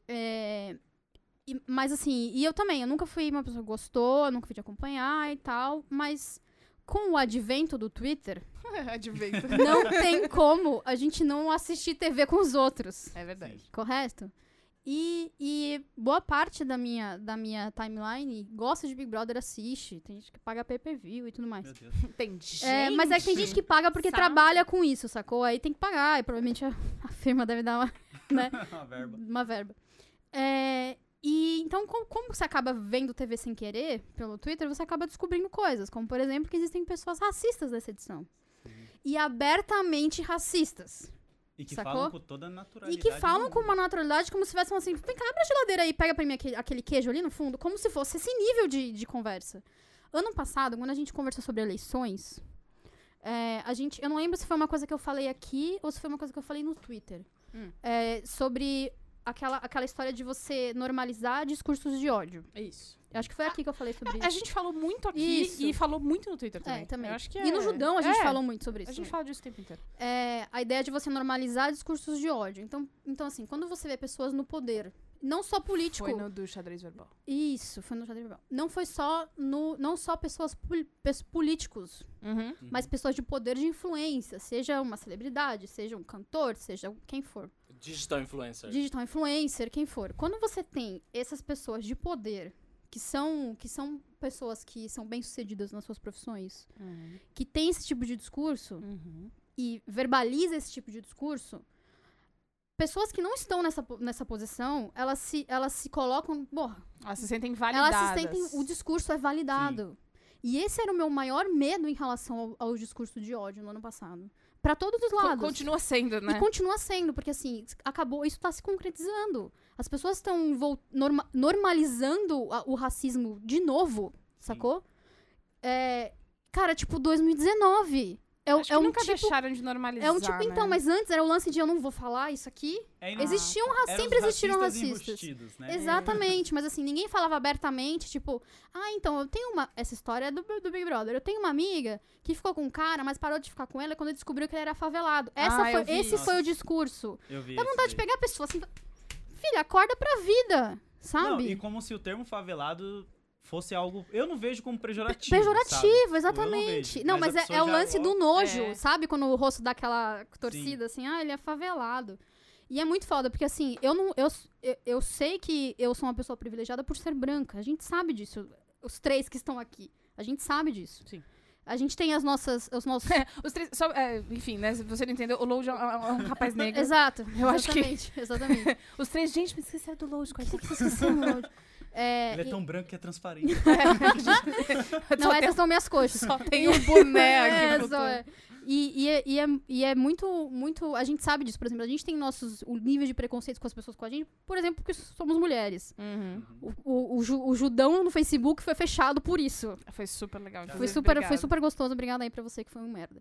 S4: É, e- mas assim, e eu também, eu nunca fui uma pessoa que gostou, eu nunca fui de acompanhar e tal, mas com o advento do Twitter,
S2: É, Advento. [laughs]
S4: não tem como a gente não assistir TV com os outros.
S2: É verdade.
S4: Correto? E, e boa parte da minha, da minha timeline gosta de Big Brother, assiste. Tem gente que paga pay-per-view e tudo mais.
S5: Meu
S4: [laughs]
S5: Deus. [laughs]
S2: Tem gente.
S4: É, mas é que tem gente que paga porque
S2: sabe?
S4: trabalha com isso, sacou? Aí tem que pagar, e provavelmente a, a firma deve dar uma,
S5: Uma verba.
S4: uma verba. É, e então, com- como você acaba vendo TV sem querer pelo Twitter, você acaba descobrindo coisas, como por exemplo que existem pessoas racistas nessa edição. E abertamente racistas.
S5: E que
S4: Sacou?
S5: falam com toda a
S4: E
S5: naturalidade.
S4: que falam
S5: do
S4: com
S5: mundo.
S4: uma naturalidade como se tivessem assim, vem cá, abre a geladeira aí, pega pra mim aquele, aquele queijo ali no fundo, como se fosse esse nível de, de conversa. Ano passado, quando a gente conversou sobre eleições, é, a gente, eu não lembro se foi uma coisa que eu falei aqui ou se foi uma coisa que eu falei no Twitter.
S2: Hum.
S4: É, sobre aquela, aquela história de você normalizar discursos de ódio.
S2: É isso.
S4: Eu acho que foi aqui que eu falei sobre
S2: é, A
S4: isso.
S2: gente falou muito aqui
S4: Isso.
S2: e falou muito no Twitter também.
S4: É, também.
S2: Eu acho que
S4: E no
S2: é-
S4: Judão a gente
S2: é.
S4: falou muito sobre isso.
S2: A gente
S4: também.
S2: fala disso o tempo inteiro.
S4: é, a ideia de você normalizar discursos de ódio. Então, então assim, quando você vê pessoas no poder, não só político.
S2: Foi no do xadrez verbal.
S4: Isso, foi no xadrez verbal. Não foi só no, não só pessoas pol- pes- políticos,
S2: Uhum.
S4: mas pessoas de poder de influência, seja uma celebridade, seja um cantor, seja quem for,
S3: Digital influencer.
S4: digital influencer, quem for. Quando você tem essas pessoas de poder que são que são pessoas que são bem sucedidas nas suas profissões, que tem esse tipo de discurso,
S2: Uhum.
S4: e verbaliza esse tipo de discurso, pessoas que não estão nessa, po- nessa posição, elas se, elas se colocam. Porra,
S2: Elas se sentem
S4: elas
S2: validadas.
S4: se sentem. O discurso é validado. E esse era o meu maior medo em relação ao, ao discurso de ódio no ano passado. Pra todos os
S2: Co-
S4: lados.
S2: Continua sendo, né?
S4: E continua sendo, porque assim, s- acabou, isso tá se concretizando. As pessoas estão vol- norma- normalizando a- o racismo de novo, sacou? É, cara, tipo, 2019. É, o-
S2: Acho
S4: é
S2: que
S4: um
S2: nunca
S4: tipo
S2: deixaram de normalizar.
S4: é um tipo, então,
S2: né?
S4: mas antes era o lance de eu não vou falar isso aqui.
S5: É, e não-
S4: Existiam, ra-
S5: eram os
S4: sempre existiram racistas.
S5: enrustidos, né?
S4: Exatamente, mas assim, ninguém falava abertamente, tipo, ah, então, eu tenho uma. Essa história é do, do Big Brother. Eu tenho uma amiga que ficou com um cara, mas parou de ficar com ela quando descobriu que ele era favelado. Essa
S2: Ah, eu
S4: foi,
S2: vi.
S4: esse foi o discurso.
S5: Eu vi.
S4: Dá
S5: esse
S4: vontade de
S5: daí.
S4: pegar a pessoa assim. Filha, acorda pra vida,
S5: Não,
S4: sabe?
S5: e como se o termo favelado fosse algo. Eu não vejo como pejorativo. sabe?
S4: Pejorativo,
S5: vejo,
S4: exatamente. Não,
S5: mas
S4: mas,
S5: a
S4: é- é,
S5: pessoa
S4: o
S5: já
S4: lance
S5: logo-
S4: do nojo,
S2: É.
S4: sabe? Quando o rosto dá aquela torcida, assim, ah, ele é favelado. E é muito foda, porque assim, eu não. Eu, eu, eu sei que eu sou uma pessoa privilegiada por ser branca. A gente sabe disso. Os três que estão aqui. A gente sabe disso.
S2: Sim.
S4: A gente tem as nossas. Os
S2: [laughs]
S4: nossos.
S2: [laughs] Os três, só, é, enfim, né? Se você não entendeu, o Load é um- é um
S4: [laughs]
S2: rapaz negro.
S4: Exato.
S2: Eu acho que-
S4: Exatamente, Exatamente.
S2: Os três, gente, me esqueceram do Load. Quase [laughs]
S4: [laughs]
S2: que vocês
S4: Sim, Lorde. É,
S5: Ele é
S4: e-
S5: tão branco que é transparente.
S2: esqueceram. [laughs]
S4: assim, Não, essas são minhas coxas. [laughs]
S2: Só tem um boné
S4: É,
S2: aqui.
S4: só
S2: flutuando.
S4: é. E, e é, e é- e é muito, muito. A gente sabe disso, por exemplo. A gente tem nossos o nível de preconceito com as pessoas com a gente, por exemplo, porque somos mulheres.
S2: Uhum.
S4: O, o, o ju- o Judão no Facebook foi fechado por isso.
S2: Foi super legal.
S4: Foi
S2: inclusive,
S4: super, foi
S2: obrigada.
S4: super gostoso. Obrigada aí pra você que foi um merda.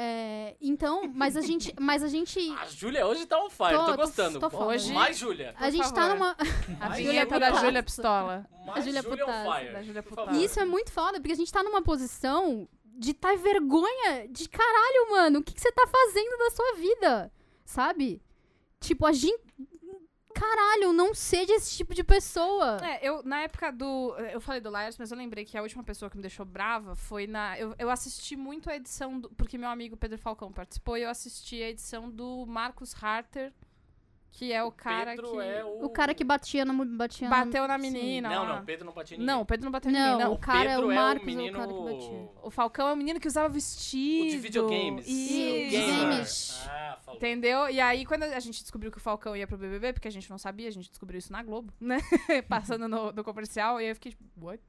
S4: É, então, mas a gente. Mas a gente.
S3: A Júlia hoje tá on fire,
S4: Tô-
S3: tô,
S4: tô-
S3: gostando.
S4: tô foda.
S2: Hoje-
S3: Mais Júlia.
S4: A gente tá
S2: favor.
S4: numa.
S2: A vinheta
S3: Ai, Júlia
S2: da
S3: Putazzi.
S2: Júlia Pistola.
S3: Mais
S4: Júlia
S3: on
S4: Putazzi,
S3: fire.
S2: da Júlia
S3: por favor.
S2: Putazzi.
S4: E isso é muito foda, porque a gente tá numa posição de tá vergonha de caralho, mano. O que, que você tá fazendo da sua vida? Sabe? Tipo, a gente. Caralho, não seja esse tipo de pessoa.
S2: É, eu, na época do. eh, Eu falei do Liars, mas eu lembrei que a última pessoa que me deixou brava foi na. Eu, eu assisti muito a edição. Do, porque meu amigo Pedro Falcão participou e eu assisti a edição do Marcos Harter, que é o, cara
S3: Pedro
S2: que.
S3: é o...
S4: O cara que batia na. mu- Batia na-
S2: Bateu na menina.
S3: Não,
S2: lá.
S3: não, Pedro não bate em ninguém.
S2: Não, o Pedro não bateu em
S4: Não,
S2: ninguém,
S4: o
S2: um- não.
S4: cara é
S3: Pedro
S4: o Marcos,
S3: é o menino...
S4: o cara que batia.
S2: O Falcão é o menino que usava vestido.
S3: O de videogames.
S2: Isso.
S4: Gamer.
S3: Gamer.
S4: Games.
S3: Ah, falou.
S2: Entendeu? E aí, quando a gente descobriu que o Falcão ia pro BBB, porque a gente não sabia, a gente descobriu isso na Globo, né? [laughs] Passando no, no comercial, e aí eu fiquei tipo, what?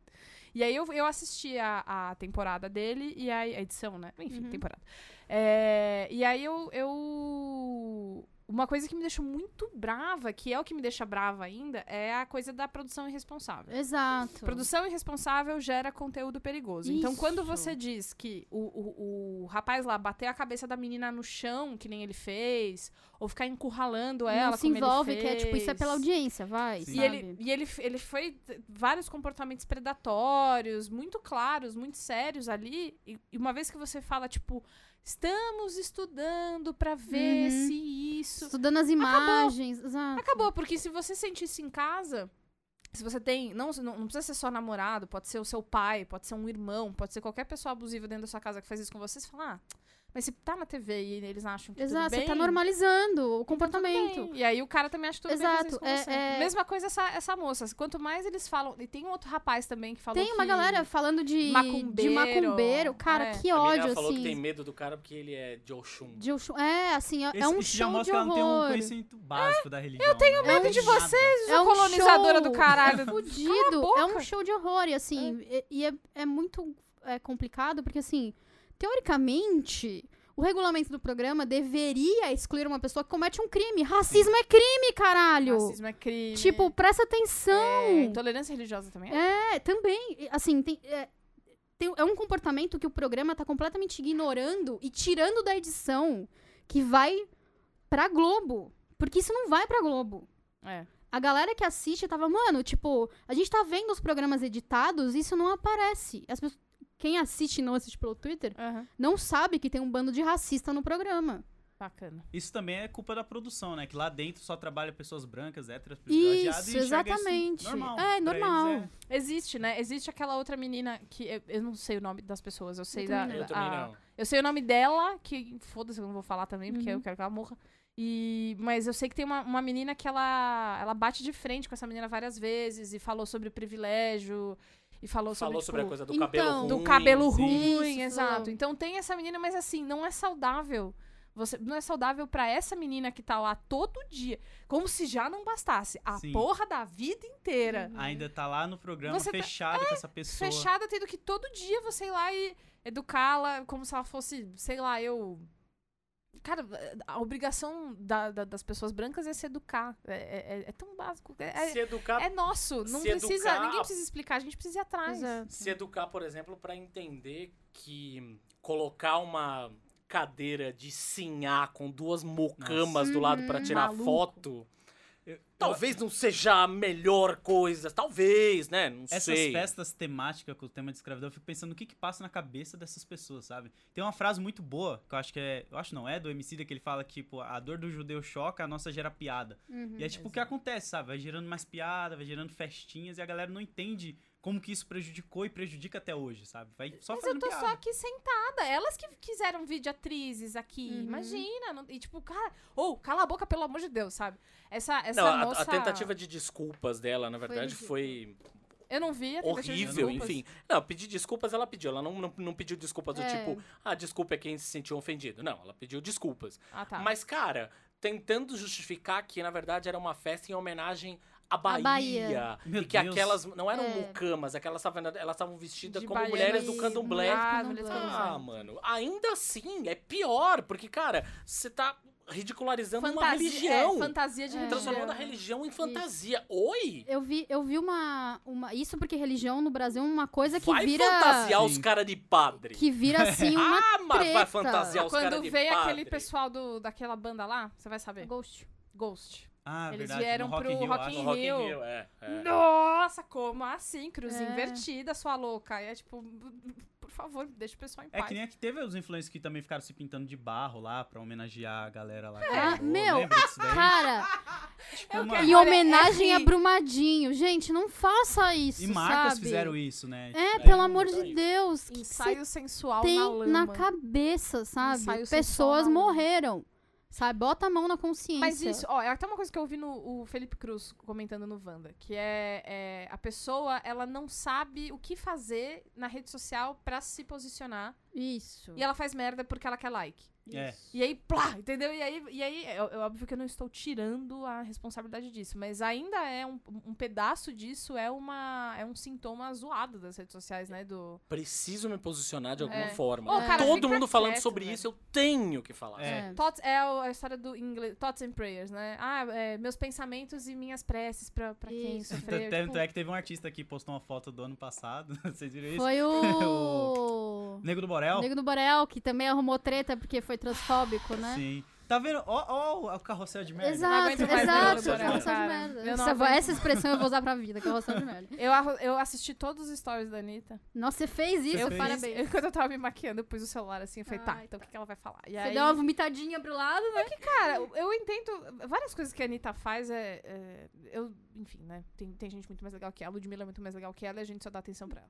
S2: E aí eu, eu assisti a, a temporada dele, e aí, a edição, né? Enfim,
S4: Uhum.
S2: temporada. É, e aí eu, eu. Uma coisa que me deixou muito brava, que é o que me deixa brava ainda, é a coisa da produção irresponsável.
S4: Exato.
S2: Produção irresponsável gera conteúdo perigoso. Então, quando
S4: Isso.
S2: você diz que o, o, o rapaz lá bater a cabeça da menina no chão, que nem ele fez, ou ficar encurralando ela,
S4: não se
S2: como
S4: envolve,
S2: ele
S4: que é tipo, isso é pela
S2: fez.
S4: audiência, vai.
S5: Sim.
S2: E,
S4: sabe?
S2: ele, e ele, ele foi t- vários comportamentos predatórios, muito claros, muito sérios ali. E, e uma vez que você fala, tipo, estamos estudando pra ver
S4: Uhum.
S2: se isso.
S4: Estudando as imagens. Exato.
S2: Acabou, porque se você sentir isso em casa, se você tem. Não, não não precisa ser só namorado, pode ser o seu pai, pode ser um irmão, pode ser qualquer pessoa abusiva dentro da sua casa que faz isso com você, você fala, ah, mas se tá na TV e eles acham que.
S4: Exato,
S2: tudo bem,
S4: você tá normalizando o comportamento.
S2: bem. E aí o cara também acha tudo bem fazer isso
S4: Exato,
S2: com
S4: é-
S2: você.
S4: é-
S2: Mesma coisa essa, essa moça. Quanto mais eles falam. E tem um outro rapaz também que falou.
S4: Tem uma
S2: que-
S4: galera falando de
S2: Macumbeiro.
S4: de macumbeiro. Cara,
S2: É.
S4: que
S3: A menina
S4: ódio,
S3: falou
S4: assim.
S3: que tem medo do cara porque ele é de Oxum.
S4: De um show- É, assim, [laughs] é- é um
S5: isso já
S4: show de
S5: mostra que ela não tem um
S4: horror. É.
S5: conhecimento básico da religião. né? Eu tenho
S4: medo de
S5: vocês.
S2: É um colonizadora do caralho.
S4: [laughs] É fudido.
S2: boca.
S4: É um show de horror. E assim, e, e é, é muito é, complicado, porque assim, teoricamente, o regulamento do programa deveria excluir uma pessoa que comete um crime. Racismo é crime, caralho!
S2: Racismo é crime.
S4: Tipo, presta atenção.
S2: é, intolerância religiosa também. É.
S4: É, também. E, Assim, tem. É, tem- é um comportamento que o programa tá completamente ignorando e tirando da edição que vai pra Globo. Porque isso não vai pra Globo.
S2: É.
S4: A galera que assiste tava, mano, tipo, a gente tá vendo os programas editados e isso não aparece. As pessoas- quem assiste e não assiste pelo Twitter
S2: Aham.
S4: não sabe que tem um bando de racista no programa.
S2: Bacana.
S5: Isso também é culpa da produção, né? Que lá dentro só trabalha pessoas brancas, héteros, privilegiadas.
S4: Isso,
S5: e enxerga
S4: exatamente.
S5: Isso normal.
S4: É,
S5: Pra
S4: normal.
S5: eles é-
S2: Existe, né? Existe aquela outra menina que. Eu, eu não sei o nome das pessoas, eu sei
S4: Eu
S2: da.
S4: também
S3: Ah, Eu
S2: a-
S3: também não.
S2: Eu sei o nome dela, que foda-se, eu não vou falar também, porque
S4: Uhum.
S2: eu quero que ela morra. E, mas eu sei que tem uma, uma menina que ela, ela bate de frente com essa menina várias vezes e falou sobre privilégio e falou sobre,
S3: Falou sobre a
S2: tipo,
S3: coisa do
S4: então,
S3: cabelo ruim.
S2: do cabelo
S3: sim.
S2: ruim,
S4: Isso,
S2: exato.
S4: falou.
S2: Então tem essa menina, mas assim, não é saudável. Você, não é saudável pra essa menina que tá lá todo dia, como se já não bastasse a
S5: Sim.
S2: porra da vida inteira.
S5: Ainda tá lá no programa,
S2: Você tá-
S5: fechado com essa pessoa.
S2: Fechada, tendo que todo dia você ir lá e educá-la como se ela fosse, sei lá, eu. Cara, a obrigação da- da- das pessoas brancas é se educar. É, é- é tão básico. É, é-
S3: Se educar,
S2: é nosso. Não
S3: se
S2: precisa.
S3: educar-
S2: Ninguém precisa explicar, a gente precisa ir atrás.
S4: Exato.
S3: se educar, por exemplo, pra entender que colocar uma cadeira de sinhá com duas mocamas do lado pra tirar
S2: Maluco.
S3: foto,
S5: Eu-
S3: talvez não seja a melhor coisa, talvez, né? Não
S5: Essas
S3: sei.
S5: festas temáticas com o tema de escravidão, eu fico pensando o que que passa na cabeça dessas pessoas, sabe? Tem uma frase muito boa, que eu acho que é... Eu acho não, é do Emicida, que ele fala que, tipo, a dor do judeu choca, a nossa gera piada.
S2: Uhum,
S5: E é tipo o que acontece, sabe? Vai gerando mais piada, vai gerando festinhas, e a galera não entende como que isso prejudicou e prejudica até hoje, sabe? Vai só
S2: Mas eu
S5: fazendo
S2: tô
S5: piada.
S2: só aqui sentada. Elas que quiseram vir de atrizes aqui.
S4: Uhum.
S2: Imagina. não- e tipo, cara. Ou, cala a boca, pelo amor de Deus, sabe? Essa, essa
S3: Não, a, a
S2: moça.
S3: tentativa de desculpas dela, na verdade,
S4: ridícula.
S3: foi,
S2: Eu não vi a tentativa de
S3: horrível,
S2: desculpas.
S3: enfim. Não, pedir desculpas ela pediu. Ela não, não, não pediu desculpas do
S4: É.
S3: tipo, ah, desculpa é quem se sentiu ofendido. Não, ela pediu desculpas.
S2: Ah, tá.
S3: Mas, cara, tentando justificar que, na verdade, era uma festa em homenagem a Bahia.
S4: Bahia.
S5: Meu
S3: e que
S5: Deus.
S3: aquelas não eram
S4: É.
S3: mucamas, aquelas estavam elas estavam vestidas
S2: De
S3: tipo, como
S2: baianas.
S3: mulheres do
S4: Isso,
S3: candomblé.
S4: mulheres do
S2: Ah,
S4: candomblé.
S2: mulheres do
S3: Ah,
S2: candomblé.
S3: mano, ainda assim é pior, porque, cara, você tá ridicularizando uma religião.
S2: é, fantasia de
S4: É.
S2: religião.
S3: Transformando a religião em fantasia. Oi!
S4: Eu vi, eu vi uma, uma. Isso porque religião no Brasil é uma coisa que
S3: Vai
S4: vira.
S3: fantasiar os
S5: Sim.
S3: caras de padre.
S4: Que vira
S5: [laughs]
S4: assim [laughs] uma.
S3: ah, mas vai
S4: treta.
S3: fantasiar os caras
S2: Quando
S3: de
S2: veio
S3: padre.
S2: aquele pessoal do, daquela banda lá, você vai saber.
S4: Ghost.
S2: Ghost.
S5: Ah,
S2: Eles
S5: verdade.
S2: vieram
S5: no Rock
S2: pro
S5: in Rio,
S2: Rock
S5: acho.
S3: No Rock in
S2: Rio.
S3: Rio, é. é.
S2: Nossa, como assim? Cruz
S4: É.
S2: invertida, sua louca. E é tipo, por favor, deixa o pessoal em
S5: É
S2: paz.
S5: que nem a que teve os influencers que também ficaram se pintando de barro lá pra homenagear a galera lá. que
S4: Ah,
S5: morou,
S4: meu.
S5: lembra disso daí?
S4: Cara,
S5: Tipo, uma-
S4: em
S2: Olha,
S4: homenagem
S2: é
S4: a
S2: que-
S4: Brumadinho. Gente, não faça isso.
S5: E marcas
S4: sabe?
S5: fizeram isso, né?
S4: É,
S3: É,
S4: pelo amor
S3: então é
S4: de
S3: isso.
S4: Deus. que
S2: Ensaio sensual
S4: que tem
S2: na
S4: na,
S2: lama.
S4: cabeça, sabe?
S2: Ensaio sensual
S4: Pessoas
S2: na lama.
S4: morreram. Sabe? Bota a mão na consciência.
S2: né? Mas isso, ó, é até uma coisa que eu ouvi no o Felipe Cruz comentando no Wanda, que é, é, a pessoa, ela não sabe o que fazer na rede social pra se posicionar.
S4: Isso.
S2: E ela faz merda porque ela quer like.
S5: É.
S2: E aí, plá, entendeu? E aí, e aí é, é óbvio que eu não estou tirando a responsabilidade disso, mas ainda é um, um pedaço disso é uma é um sintoma zoado das redes sociais, né, do
S3: Preciso me posicionar de alguma
S2: É.
S3: forma.
S2: Ô, cara,
S3: Todo
S2: fica
S3: mundo falando
S2: quieto,
S3: sobre
S2: velho.
S3: isso, eu tenho que falar.
S5: É.
S2: thoughts, é o- a história do inglês, thoughts and prayers, né? Ah, é, meus pensamentos e minhas preces pra pra quem
S4: Isso. [laughs]
S2: sofreu.
S5: Tanto
S2: tipo,
S5: é que teve um artista que postou uma foto do ano passado. [laughs] Vocês viram isso?
S4: Foi o.
S5: Nego do
S4: o
S5: Borel?
S4: Nego do Borel, que também arrumou treta porque foi transfóbico, né?
S5: Sim. é Tá vendo? Ó, ó o carrossel de merda.
S2: Não
S4: Exato,
S2: aguento mais ver
S4: exato,
S2: o Borel,
S4: carrossel de
S2: cara.
S4: merda.
S2: Eu não
S4: Essa,
S2: aguento
S4: essa expressão eu vou usar pra vida, carrossel de merda.
S2: eu, arro- eu assisti todos os stories da Anitta.
S4: Nossa, você fez isso,
S5: Eu fiz.
S4: parabéns.
S2: Eu, [laughs] quando eu tava me maquiando, eu pus o celular assim e falei, tá,
S4: Ai,
S2: então o
S4: tá.
S2: que, que ela vai falar? E
S4: Você
S2: aí,
S4: deu uma vomitadinha pro lado, né?
S2: Cara, eu- eu entendo. Várias coisas que a Anitta faz é. é, eu, enfim, né? Tem, tem gente muito mais legal que ela. O Ludmilla é muito mais legal que ela e a gente só dá atenção pra ela.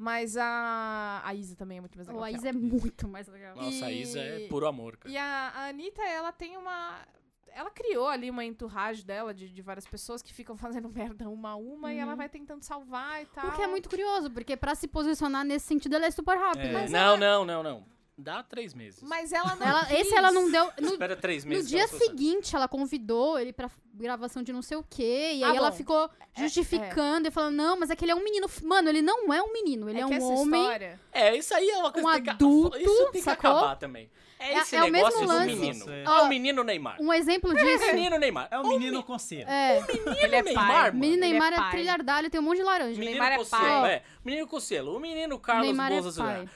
S2: Mas a, a Isa também é muito mais legal.
S4: O
S2: que
S4: Aiz é muito mais legal.
S3: Nossa, a
S2: E-
S3: Isa é puro amor,
S2: ela.
S3: cara.
S2: E a, a Anitta, ela tem uma. Ela criou ali uma entourage dela de, de várias pessoas que ficam [laughs] fazendo merda uma a uma e ela vai tentando salvar e tal.
S4: Uhum. O que é muito curioso, porque pra se posicionar nesse sentido, ela é super rápida.
S5: É. Mas
S3: Não, não, não, não. Dá três meses.
S2: Mas ela não.
S4: Ela-
S2: quis.
S4: esse ela não deu. No,
S3: Espera três
S4: no
S3: meses. que
S4: dia
S3: ela sucesso.
S4: seguinte, ela convidou ele pra gravação de não sei o quê. E
S2: Ah,
S4: aí ela
S2: bom.
S4: ficou justificando e falando: não, mas é que ele é um menino. f- Mano, ele não é um menino, [laughs] ele é,
S2: que
S4: um
S2: essa
S4: homem.
S2: História,
S3: É, isso aí é uma coisa
S4: Um
S3: que tem
S4: adulto,
S3: que, isso tem que
S4: sacou?
S3: acabar também. É
S4: É-
S3: esse
S4: é o mesmo
S3: negócio do
S5: lance.
S3: menino.
S5: Nossa,
S3: É.
S5: é.
S3: o menino Neymar.
S4: Um exemplo
S2: é
S3: O
S4: disso.
S3: menino Neymar.
S5: É o menino conselho.
S4: É,
S3: Ele é Neymar, mano.
S2: Ele
S4: menino
S2: é
S4: Neymar
S2: pai.
S4: é trilhardário, tem um monte de laranja.
S3: Menino
S2: Neymar é
S3: Cocielo,
S4: pai.
S3: é. Menino Cocielo. O menino Carlos
S4: Neymar
S3: Bolsonaro.
S4: é pai.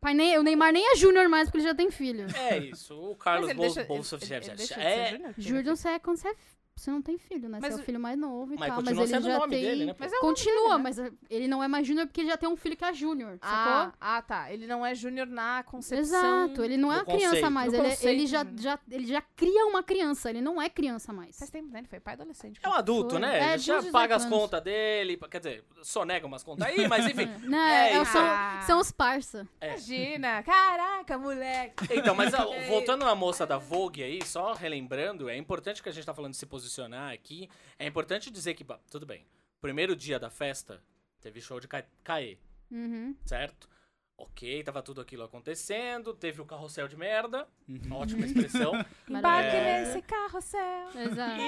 S4: pai nem, o Neymar nem é júnior mais, porque ele já tem filho.
S3: É isso, o
S2: Mas
S3: Carlos
S2: ele
S3: Bolso
S2: deixa- ele-
S3: Bolso-
S2: ele- ele deixa de ser
S3: É,
S2: júnior, porque-
S4: Júnior você é quando você, é f- você não tem filho, né?
S2: Mas
S4: você é
S2: o-
S4: o filho mais novo e
S3: mas
S4: tal.
S3: continua
S4: mas ele
S3: sendo o
S4: já
S3: nome
S4: tem...
S3: dele, né? pô?
S2: Mas é o nome dele,
S4: Continua,
S2: né?
S4: mas ele não é mais júnior porque ele já tem um filho que é júnior, sacou?
S2: Ah, ah, tá. Ele não é júnior na concepção.
S4: Exato, ele não é
S3: No
S4: uma criança
S3: conceito.
S4: mais,
S2: No
S4: ele,
S2: conceito,
S4: ele já,
S2: né?
S4: já, ele já cria uma criança, ele não é criança mais.
S2: Faz tempo, né? Ele foi pai adolescente.
S3: é um adulto,
S4: Foi.
S3: né?
S4: É,
S3: Ele
S4: de
S3: já
S4: uns 18
S3: paga as
S4: anos.
S3: contas dele, quer dizer, sonega umas contas aí, mas enfim.
S4: [laughs] Não,
S3: É
S4: é,
S3: isso.
S4: são,
S2: Ah.
S4: são os parça.
S3: é.
S2: Imagina! Caraca, moleque!
S3: Então, mas ó, voltando na moça da Vogue aí, só relembrando, é importante que a gente tá falando de se posicionar aqui. É importante dizer que, bah, tudo bem, primeiro dia da festa, teve show de Ca- Caê,
S4: Uhum.
S3: certo? Ok, tava tudo aquilo acontecendo, teve o carrossel de merda, ótima expressão.
S2: Embarque
S3: É.
S2: nesse carrossel.
S4: Exato.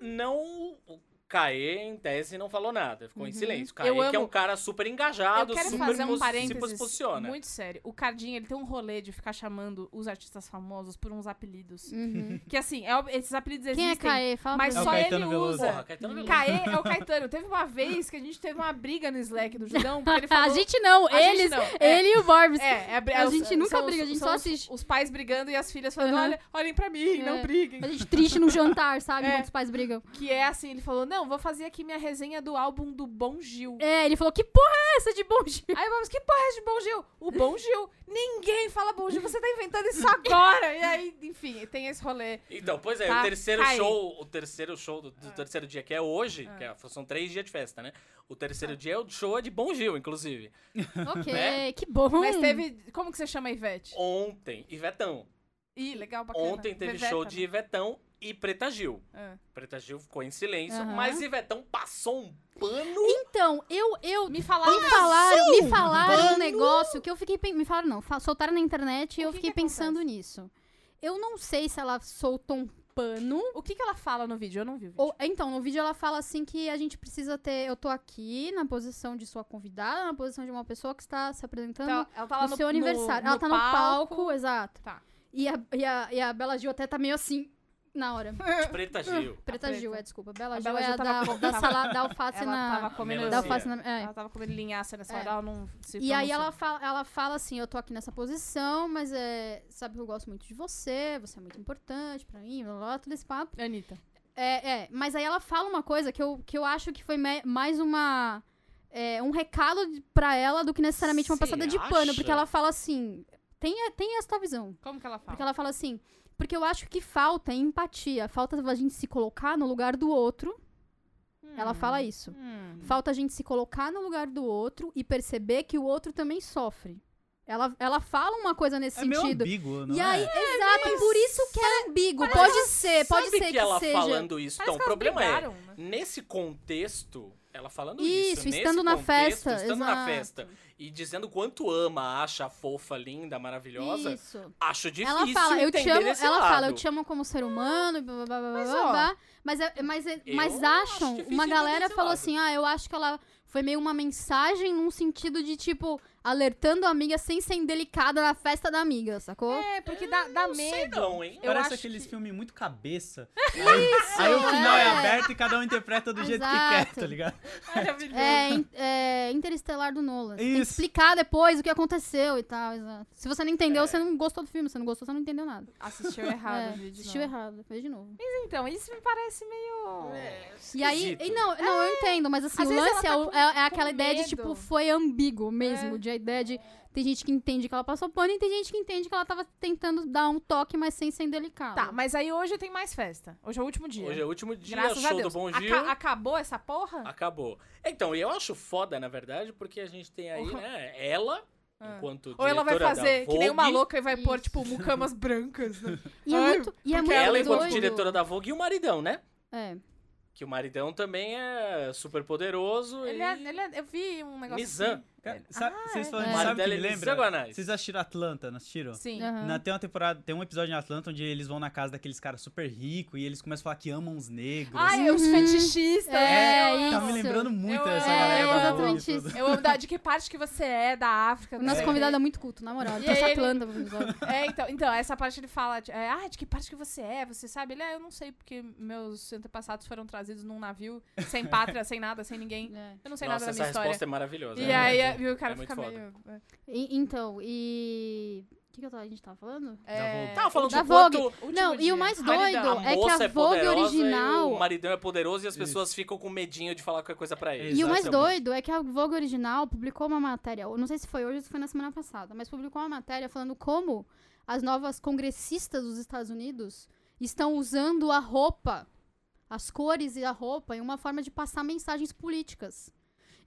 S3: não. O Caê, em tese, não falou nada, ficou em silêncio. Caê,
S2: Uhum. Eu
S3: que é
S2: amo-
S3: um cara super engajado,
S2: Eu quero
S3: Ah, super
S2: fazer um
S3: pos-
S2: parênteses
S3: se posiciona.
S2: muito sério. O Cardinho, ele tem um rolê de ficar chamando os artistas famosos por uns apelidos.
S4: Uhum.
S2: Que assim, é ob- esses apelidos
S4: Quem é
S2: existem.
S4: Caê? Fala
S2: Mas
S4: pra
S5: É o
S2: só
S4: mim.
S2: ele
S5: Caetano Veloso.
S2: usa.
S3: Porra, Caetano Veloso.
S2: Caê é o Caetano. Teve uma vez que a gente teve uma briga no Slack do Judão, porque ele
S4: [laughs] A
S2: falou...
S4: gente não,
S2: A gente
S4: eles,
S2: não, é.
S4: ele e o Borbs.
S2: É, é, br-
S4: A
S2: é os-
S4: gente nunca
S2: são os-
S4: briga, a gente
S2: são
S4: só
S2: os-
S4: assiste.
S2: Os pais brigando e as filhas falando,
S4: Aham.
S2: olha, olhem pra mim, não
S4: É.
S2: briguem.
S4: A gente triste no jantar, sabe?
S2: É.
S4: Enquanto os pais brigam.
S2: Que é assim, ele falou, não, vou fazer aqui minha resenha do álbum do Bom Gil.
S4: É, ele falou, que porra é essa de bom dia?
S2: [laughs] Aí vamos, que porra é de Bom Gil? O Bom Gil. Ninguém fala Bom Gil, você tá inventando isso agora. E aí, enfim, tem esse rolê.
S3: Então, pois é,
S2: Tá,
S3: o terceiro
S2: Caê. Ah.
S3: show, o terceiro show do, do terceiro dia, que é hoje, que é- são três dias de festa, né? O terceiro
S2: Ah.
S3: dia é o show de Bom Gil, inclusive.
S4: Ok,
S3: Né?
S4: que bom.
S2: Mas teve. Como que você chama a Ivete?
S3: Ontem, Ivetão.
S2: Ih, legal, bacana.
S3: Ontem teve
S2: Veveta,
S3: show
S2: né?
S3: de Ivetão e Preta Gil.
S2: Ah.
S3: Preta Gil ficou em silêncio,
S4: Aham.
S3: mas Ivetão passou um pano.
S4: Então, eu, eu
S2: Me falaram.
S4: Me falaram, me falaram um negócio que eu fiquei. pen- Me falaram, não. fa- Soltaram na internet e
S2: O
S4: eu
S2: que
S4: fiquei
S2: que
S4: pensando nisso. Eu não sei se ela soltou um pano.
S2: O que, que ela fala no vídeo? Eu não vi o vídeo.
S4: Ou, então, no vídeo ela fala assim que a gente precisa ter. Eu tô aqui na posição de sua convidada, na posição de uma pessoa que está se apresentando
S2: Então, ela tá lá
S4: no, seu aniversário. ela tá no palco, exato.
S2: Tá.
S4: E a, e, a, e a Bela Gil até tá meio assim na hora.
S2: [laughs] ah.
S3: Preta Gil.
S4: Preta
S2: preta.
S4: Gil, é, desculpa. Bela
S2: A
S4: Gil,
S2: Bela Gil
S4: é a
S2: tava
S4: da,
S2: com-
S4: da
S2: tava-
S4: salada da alface
S2: Ela
S4: assim, na.
S2: tava comendo.
S4: Da
S3: Melancia.
S4: alface na. é.
S2: Ela tava comendo linhaça nessa
S4: É.
S2: hora, ela não se
S4: E aí
S2: pronunciou.
S4: ela fala, ela fala assim, eu tô aqui nessa posição, mas é, sabe que eu gosto muito de você, você é muito importante pra mim, blá, blá, blá, todo esse papo.
S2: Anitta.
S4: É, é, mas aí ela fala uma coisa que eu, que eu acho que foi me- mais uma. é, um recado de- pra ela do que necessariamente uma
S3: Você
S4: passada de
S3: acha?
S4: pano, porque ela fala assim. Tem, tem esta visão.
S2: Como que ela
S3: Tá.
S2: fala?
S4: Porque ela fala assim. Porque eu acho que falta empatia, falta a gente se colocar no lugar do outro. Ela fala isso.
S2: Hum.
S4: Falta a gente se colocar no lugar do outro e perceber que o outro também sofre. Ela, ela fala uma coisa nesse
S5: É meio
S4: sentido.
S5: ambíguo, não
S4: E
S5: é?
S4: aí, exato, por isso que é ambíguo. Pode ser, pode
S3: Sabe
S4: ser que,
S3: que ela
S4: seja.
S3: falando isso.
S2: Parece
S3: Então, o
S2: que elas
S3: problema é,
S2: brigaram, né?
S3: nesse contexto, ela falando isso.
S4: Isso,
S3: nesse
S4: estando na
S3: contexto,
S4: festa,
S3: Estando na
S4: exato.
S3: festa. E dizendo quanto ama, acha fofa, linda, maravilhosa.
S4: Isso.
S3: Acho difícil.
S4: Ela fala, eu te
S3: entender
S4: amo,
S3: esse
S4: ela
S3: lado.
S4: fala, eu te amo como ser humano, blá, blá, blá, blá,
S2: Mas,
S4: blá,
S2: ó,
S4: blá. mas, é- mas, é-
S3: eu
S4: mas
S3: acho
S4: acham,
S3: difícil
S4: uma
S3: entender
S4: galera
S3: esse
S4: falou
S3: lado.
S4: assim, ah, eu acho que ela foi meio uma mensagem num sentido de, tipo, alertando a amiga sem ser indelicada na festa da amiga, sacou?
S2: É, porque dá, dá
S3: Não
S2: medo.
S3: sei não, hein?
S2: Eu
S5: Parece
S2: acho
S5: aqueles
S2: que-
S5: filmes
S4: [laughs]
S5: muito cabeça. Aí, aí o final é.
S4: é.
S5: aberto e cada um interpreta do jeito que quer,
S4: Exato.
S5: tá ligado?
S2: Maravilhoso.
S4: É, in- é, Interestelar do Nolan. Você Tem que
S5: Isso.
S4: explicar depois o que aconteceu e tal, exato. Se você não entendeu, você não gostou do filme. Se você não gostou, você não entendeu nada.
S2: Assistiu errado
S4: É,
S2: o vídeo.
S4: assistiu
S2: não.
S4: errado, fez de novo.
S2: Então, isso me parece meio.
S4: E aí, e
S3: Esquisito.
S4: não, não, eu entendo, mas assim,
S2: É. Às
S4: o
S2: vezes
S4: lance
S2: ela
S4: é,
S2: tá
S4: o-
S2: com-
S4: é- é
S2: com
S4: aquela ideia de,
S2: medo.
S4: tipo, foi ambíguo mesmo.
S2: É.
S4: De a ideia de. Tem gente que entende que ela passou pano e tem gente que entende que ela tava tentando dar um toque, mas sem ser delicado.
S2: Tá, mas aí hoje tem mais festa. Hoje é o último dia.
S3: Hoje é o último dia,
S2: Graças a
S3: show do
S2: Deus.
S3: Bom
S2: Aca-
S3: Gil.
S2: acabou essa porra?
S3: Acabou. Então, eu acho foda, na verdade, porque a gente tem aí,
S2: Uhum.
S3: né, ela,
S2: Ah.
S3: enquanto
S2: Ou ela vai
S3: diretora
S2: fazer
S3: da
S2: que nem uma
S3: Vogue,
S2: louca e vai pôr,
S4: Isso.
S2: tipo, mucamas brancas. Né?
S4: E é
S2: Ai,
S4: muito. E é
S2: porque
S4: muito
S3: Ela, enquanto
S4: doido.
S3: diretora da Vogue, e o maridão, né?
S4: É.
S3: Que o maridão também é super poderoso
S2: ele
S3: e...
S2: é, ele é- eu vi um negócio.
S3: Nizam.
S5: Cara, sabe, vocês falando
S4: É.
S5: disso, sabe o que
S3: Maridela
S5: me
S3: e
S5: lembra?
S3: Zaguanais.
S5: Vocês assistiram Atlanta, não assistiram?
S2: Sim.
S4: aham.
S5: Na, tem uma temporada, tem um episódio em Atlanta onde eles vão na casa daqueles caras super ricos e eles começam a falar que amam os negros.
S2: Ai, Ah, é os
S4: Uhum.
S2: fetichistas.
S4: É,
S2: né?
S5: tá me
S4: isso. É,
S5: lembrando muito
S2: Eu
S5: dessa
S2: amo,
S5: galera.
S2: eu
S5: da
S2: amo.
S5: Vogue e
S4: Exatamente
S5: tudo.
S2: Eu amo da- de que parte que você é da África.
S4: O
S2: não sei
S4: nosso
S2: o
S4: convidado é muito culto, na moral. Ele
S2: E
S4: trouxe
S2: ele-
S4: Atlanta pro episódio.
S2: [laughs] É, então, então, essa parte ele fala, de- é, ah, de que parte que você é, você sabe? Ele, ah, eu não sei, porque meus antepassados foram trazidos num navio, sem pátria, sem nada, sem ninguém.
S4: É.
S2: Eu não sei nada
S3: Nossa,
S2: da
S3: essa
S2: minha
S3: resposta
S2: história.
S3: é maravilhosa.
S2: E
S3: né?
S2: aí
S3: É
S2: é, viu, o cara
S3: é muito
S2: fica
S3: foda.
S2: meio...
S4: E- então, e. O que, que eu tava- a gente tava falando?
S2: É,
S3: Tava falando
S4: Da
S3: de quanto
S4: Vogue.
S2: último
S4: Não, e
S2: dia.
S4: o mais
S2: Maridão.
S4: doido
S3: a
S4: é que
S3: moça
S4: a
S3: é
S4: Vogue
S3: poderosa
S4: original.
S3: e o maridão é poderoso e as
S5: Isso.
S3: pessoas ficam com medinho de falar qualquer coisa pra ele.
S4: E o mais
S3: Exatamente.
S4: doido é que a Vogue original publicou uma matéria, eu não sei se foi hoje ou se foi na semana passada, mas publicou uma matéria falando como as novas congressistas dos Estados Unidos estão usando a roupa, as cores e a roupa em uma forma de passar mensagens políticas.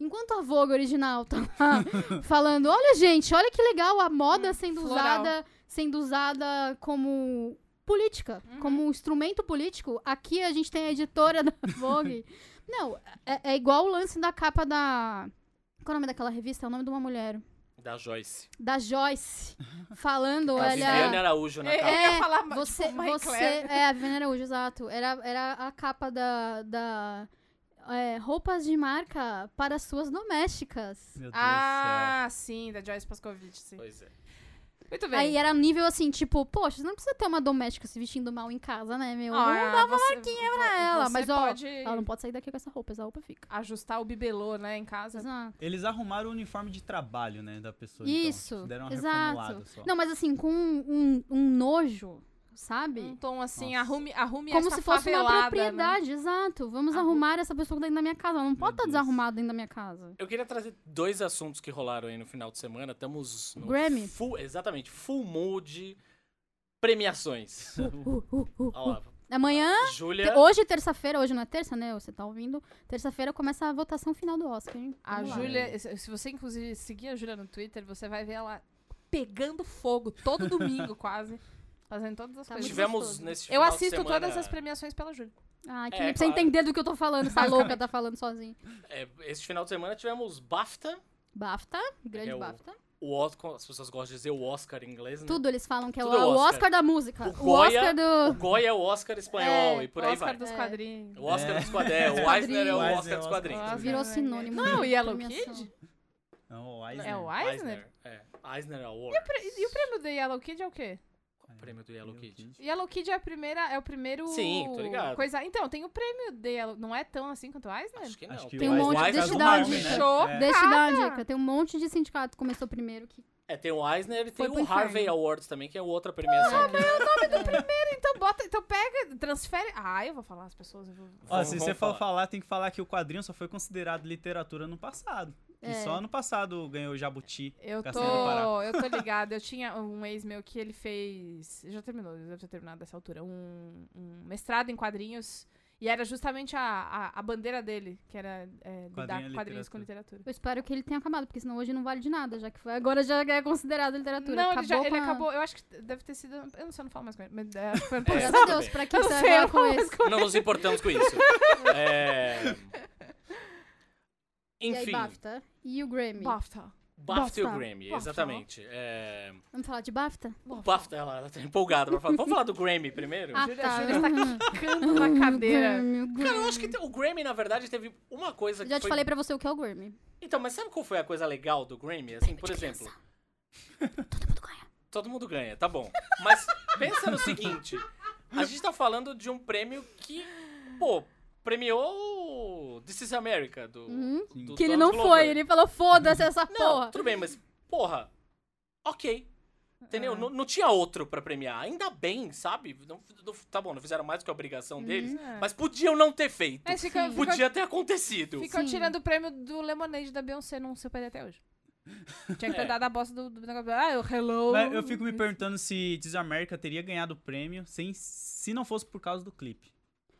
S4: Enquanto a Vogue original tá lá falando, olha gente, olha que legal a moda sendo
S2: floral.
S4: usada, sendo usada como política, como um instrumento político, aqui a gente tem a editora da Vogue. Não, é, é igual o lance da capa da. Qual é o nome daquela revista? É o nome de uma mulher.
S3: Da Joyce.
S4: Da Joyce. Falando,
S3: A Viviane
S4: olha.
S2: [laughs]
S3: Araújo na
S2: É,
S3: capa.
S2: Eu ia falar, tipo,
S4: você,
S2: Marie
S4: você.
S2: Claire.
S4: É, a Viviane Araújo, exato. Era, era a capa da. da é, roupas de marca para suas domésticas.
S5: Meu Deus
S2: Ah, sim, da Joyce Pascovitch, sim.
S3: Pois é.
S2: Muito bem.
S4: Aí era um nível assim, tipo, poxa, você não precisa ter uma doméstica se vestindo mal em casa, né, meu?
S2: ah, dá uma marquinha pra
S4: ela, mas, ó, um
S2: pode
S4: Ela não pode sair daqui com essa roupa, essa roupa fica.
S2: ajustar o bibelô, né, em casa.
S4: Exato.
S5: do céu. Eles arrumaram o uniforme de trabalho, né, da pessoa.
S4: Isso,
S5: Então, deram uma reformulada
S4: exato.
S5: só.
S4: Não, mas assim, com um, um- um nojo, sabe?
S2: Um tom assim,
S5: Nossa.
S2: arrume, arrume
S4: Como
S2: esta
S4: se fosse uma
S2: favelada, né?
S4: propriedade, exato. Vamos
S2: Arru-
S4: arrumar essa pessoa dentro da minha casa. Ela não pode estar
S5: Deus.
S4: desarrumada dentro da minha casa.
S3: Eu queria trazer dois assuntos que rolaram aí no final de semana. Estamos no
S4: Grammy.
S3: full- exatamente, full mood premiações.
S4: Uh, uh, uh,
S3: Olha
S4: uh.
S3: lá,
S4: Amanhã, te-
S2: É.
S3: Júlia,
S4: hoje, terça-feira, hoje não é terça, né? Você tá ouvindo. Terça-feira começa a votação final do Oscar, hein?
S2: A
S4: Vamos lá.
S2: Júlia, se se você inclusive seguir a Júlia no Twitter, você vai ver ela pegando fogo todo domingo [laughs] quase, fazendo todas as
S4: Tá
S2: coisas.
S4: muito
S3: tivemos
S4: gostoso.
S3: nesse
S2: Eu
S3: um final de
S2: assisto
S3: semana-
S2: todas as premiações pela Júlia.
S4: Ai, que
S3: É,
S4: nem precisa
S3: claro.
S4: entender do que eu tô falando.
S2: [laughs]
S4: Essa louca tá falando sozinha.
S3: É, este final de semana tivemos BAFTA,
S4: BAFTA, grande
S3: É o-
S4: BAFTA.
S3: O Oscar, as pessoas gostam de dizer o Oscar em inglês, né?
S4: Tudo eles falam que é o,
S3: Tudo é
S4: o Oscar.
S3: Oscar
S4: da música.
S3: O
S4: O,
S3: Goya-
S4: Oscar
S3: O
S4: do.
S3: Goya é o Oscar espanhol
S4: É,
S3: e por aí
S2: Oscar
S3: vai.
S2: dos
S4: É.
S2: quadrinhos.
S3: O Oscar
S5: É.
S3: dos quadrinhos. É, o
S4: Quadrinhos.
S3: Eisner é o
S5: O Eisner
S3: Oscar
S5: é
S3: dos
S5: o Oscar.
S3: quadrinhos.
S2: Oscar
S4: Virou
S2: dos
S4: sinônimo
S2: quadrinhos. Não, é
S4: de
S2: o Yellow
S4: premiação.
S2: Kid?
S5: Não, o né?
S2: É
S5: Eisner.
S2: o Eisner?
S3: É. Eisner Award.
S2: E o prêmio do Yellow Kid é o quê?
S3: Qual o prêmio do Yellow Kid?
S2: Yellow Kid é a primeira, é o primeiro
S3: Sim, tô ligado.
S2: coisa. Então, tem o prêmio de Yellow, não é tão assim quanto o Eisner?
S3: Acho que não.
S5: Acho que
S4: Tem um
S3: O
S4: monte-
S3: Eisner é
S4: deixa eu
S3: do
S4: dar uma
S3: Harvey,
S4: dica.
S3: né?
S2: Show.
S5: É.
S4: Deixa eu dar uma
S2: Cara!
S4: dica. Tem um monte de sindicato que começou primeiro. Que...
S3: É, tem o Eisner e
S4: Foi
S3: tem
S4: pro
S3: o
S4: inferno.
S3: Harvey Awards também, que é outra premiação. que-
S2: Então bota, então pega, transfere. Ah, eu vou falar as pessoas, eu vou.
S4: Ah,
S5: Ó,
S3: Vamos-
S5: se
S3: vamos
S5: você for falar, tem que falar que o quadrinho só foi considerado literatura no passado.
S4: É.
S5: E só ano passado ganhou o Jabuti.
S2: Eu
S5: Castanha Tá do Pará.
S2: tô, eu tô ligada. Eu tinha um ex meu que ele fez. Já terminou, deve ter terminado dessa altura. Um, um mestrado em quadrinhos. E era justamente a, a, a bandeira dele, que era é, lidar com
S5: Quadrinho e
S2: quadrinhos com literatura.
S4: Eu espero que ele tenha acabado, porque senão hoje não vale de nada, já que foi. Agora já é considerado literatura.
S2: Não,
S4: acabou
S2: ele, já, ele
S4: com a-
S2: acabou. Eu acho que deve ter sido. Eu não sei, eu não falo mais com ele. Mas, é,
S5: [laughs]
S2: foi ano
S3: É.
S4: Graças
S2: passado.
S4: a
S3: Tudo
S4: Deus,
S3: bem.
S4: pra quem
S2: Eu não
S4: você vai
S2: sei, eu
S4: falar com
S2: não-
S4: esse?
S3: Não nos importamos com isso. É...
S4: E aí,
S3: Enfim,
S4: BAFTA e o Grammy.
S2: BAFTA.
S3: BAFTA e o
S4: BAFTA.
S3: Grammy,
S2: BAFTA.
S3: exatamente. É...
S4: Vamos falar de BAFTA?
S3: O BAFTA, ela, ela tá empolgada pra falar. Vamos falar do Grammy primeiro?
S4: Ah,
S2: Júlia,
S4: tá. Hum.
S2: Júlia está quicando
S4: [laughs]
S2: na cadeira.
S4: Grammy, o
S3: Cara, eu
S4: Grammy.
S3: acho que te- o Grammy, na verdade, teve uma coisa que
S4: Já te
S3: foi...
S4: falei pra você o que é o Grammy.
S3: Então, mas sabe qual foi a coisa legal do Grammy? Assim,
S4: É
S3: por exemplo...
S4: Todo mundo ganha.
S3: Todo mundo ganha, tá bom. Mas pensa no seguinte: a gente tá falando de um prêmio que, pô, premiou o This is America do.
S4: Uhum.
S3: do
S4: Que ele
S3: Donald
S4: não
S3: Glover.
S4: foi, ele falou, foda-se essa
S3: Não,
S4: porra.
S3: tudo bem, mas, porra, ok.
S4: Uhum.
S3: Entendeu? Não, não tinha outro pra premiar. Ainda bem, sabe? Não- não- tá bom, não fizeram mais do que a obrigação deles,
S4: Uhum.
S3: mas podiam não ter feito.
S2: É. Mas fica,
S4: Sim.
S2: fica-
S3: Podia ter acontecido.
S2: ficam
S4: Sim.
S2: tirando o prêmio do Lemonade da Beyoncé, não superei até hoje. Tinha que ter
S3: É.
S2: dado a bosta do, do negócio. Ah, eu hello.
S5: Mas eu fico me perguntando se Diz América teria ganhado o prêmio sem, se não fosse por causa do clipe.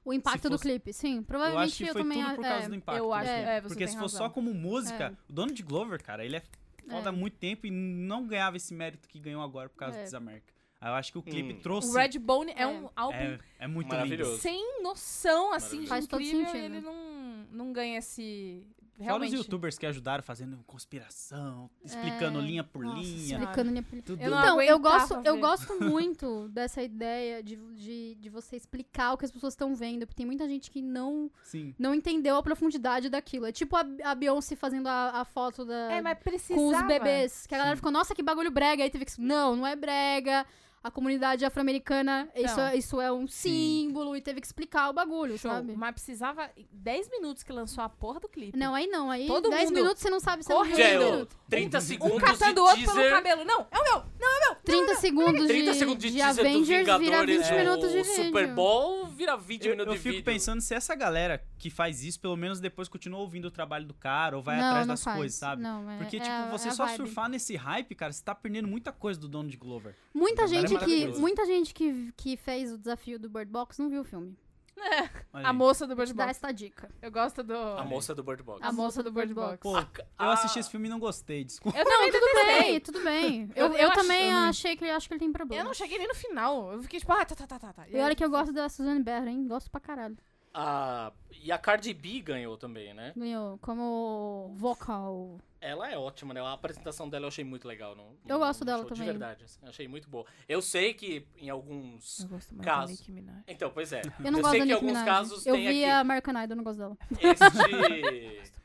S4: O impacto
S5: Se
S4: do
S5: fosse-
S4: clipe, sim.
S5: Eu
S4: Provavelmente
S5: acho que
S4: eu
S5: foi
S4: também
S5: tudo por causa
S4: é,
S5: do impacto.
S2: eu acho-
S5: do clipe.
S2: é, você
S5: Porque
S2: tem
S5: se fosse
S2: razão. É.
S5: só como música, o Donald Glover, cara, ele é foda há muito tempo e não ganhava esse mérito que ganhou agora por causa
S4: É.
S5: do Diz América. Aí Eu acho que o clipe
S3: Hum.
S5: trouxe.
S2: O Red Bone é,
S4: É.
S2: um álbum
S5: assim, é, é muito
S3: Maravilhoso.
S5: lindo.
S2: sem noção, assim, de
S4: Faz todo
S2: incrível. e
S4: sentido.
S2: ele não, não ganha esse...
S5: Fora os
S2: Realmente.
S5: youtubers que ajudaram fazendo conspiração, explicando
S4: É.
S5: linha por
S2: Nossa
S5: linha.
S2: Senhora.
S4: Explicando minha poli-
S5: Tudo.
S2: Eu não
S4: Então, eu
S2: aguentava
S4: gosto, eu
S2: ver.
S4: gosto muito dessa ideia de, de, de você explicar o que as pessoas estão vendo, porque tem muita gente que não,
S5: Sim.
S4: não entendeu a profundidade daquilo. É tipo a, a Beyoncé fazendo a, a foto da,
S2: É, mas precisava.
S4: com os bebês, que a galera
S5: Sim.
S4: ficou, nossa, que bagulho brega, aí teve que, não, não é brega, a comunidade afro-americana, isso,
S2: Não.
S4: é- isso é um símbolo, e teve que explicar o bagulho,
S2: Show.
S4: sabe?
S2: Mas precisava... 10 minutos que lançou a porra do clipe.
S4: Não, aí não, aí
S2: Tipo, Todo
S4: 10
S2: mundo
S4: minutos você não sabe, você não viu
S2: correndo.
S4: um
S2: Gente,
S4: minuto.
S3: 30
S2: Um
S3: segundos
S4: tá
S2: catando o
S3: de
S2: outro pelo
S3: teaser.
S2: cabelo. Não, é o meu.
S4: 30 segundos de,
S3: 30 segundos de,
S4: de
S3: teaser do
S4: Avengers vira
S3: Vingadores, é,
S4: 20
S3: o
S4: minutos de vídeo.
S3: Super Bowl vira 20
S5: Eu,
S3: minutos
S5: eu
S3: de
S5: fico
S3: vídeo.
S5: pensando se essa galera que faz isso, pelo menos depois continua ouvindo o trabalho do cara ou vai
S4: não,
S5: atrás
S4: não
S5: das
S4: faz.
S5: coisas, sabe?
S4: Não, é-
S5: Porque,
S4: é
S5: tipo,
S4: a-
S5: você
S4: é a
S5: só
S4: vibe.
S5: surfar nesse hype, cara, você tá perdendo muita coisa do Donald Glover.
S4: Muita
S5: Agora é
S4: gente, que,
S5: maravilhoso.
S4: muita gente que, que fez o desafio do Bird Box não viu o filme.
S5: Olha
S2: A
S5: aí.
S2: moça do Bird
S4: Te dá
S2: Box.
S4: essa dica.
S2: Eu gosto do...
S3: A moça do Bird Box.
S2: Tá. A moça do Bird Box.
S4: ah,
S5: Pô,
S3: A-
S5: eu
S3: a-
S5: assisti esse filme e não gostei, desculpa.
S2: Eu também
S4: Tudo
S2: detestei.
S4: bem, tudo bem.
S2: Eu-
S4: Eu,
S2: eu
S4: eu também
S2: acho-
S4: achei que ele acho que ele tem problema.
S2: Eu não cheguei nem no final. Eu fiquei tipo, ah, tá, tá, tá, tá. tá.
S4: E olha que eu gosto da Suzanne Berra, hein? Gosto pra caralho.
S3: a- E a Cardi B ganhou também, né?
S4: Ganhou como vocal.
S3: Ela é ótima, né? A apresentação dela eu achei muito legal. No,
S4: Eu
S3: no
S4: gosto dela
S3: show,
S4: também.
S3: De verdade, assim, achei muito boa. Eu sei que em alguns...
S2: Eu gosto mais
S3: Caso.
S2: da Nicki Minaj.
S3: Então, pois é.
S4: Eu não gosto
S3: sei
S4: da
S3: que em
S4: Nicki
S3: alguns
S4: Minaj.
S3: casos
S4: eu
S3: tem
S4: vi a
S3: aqui
S4: American Idol, não gosto dela.
S3: este...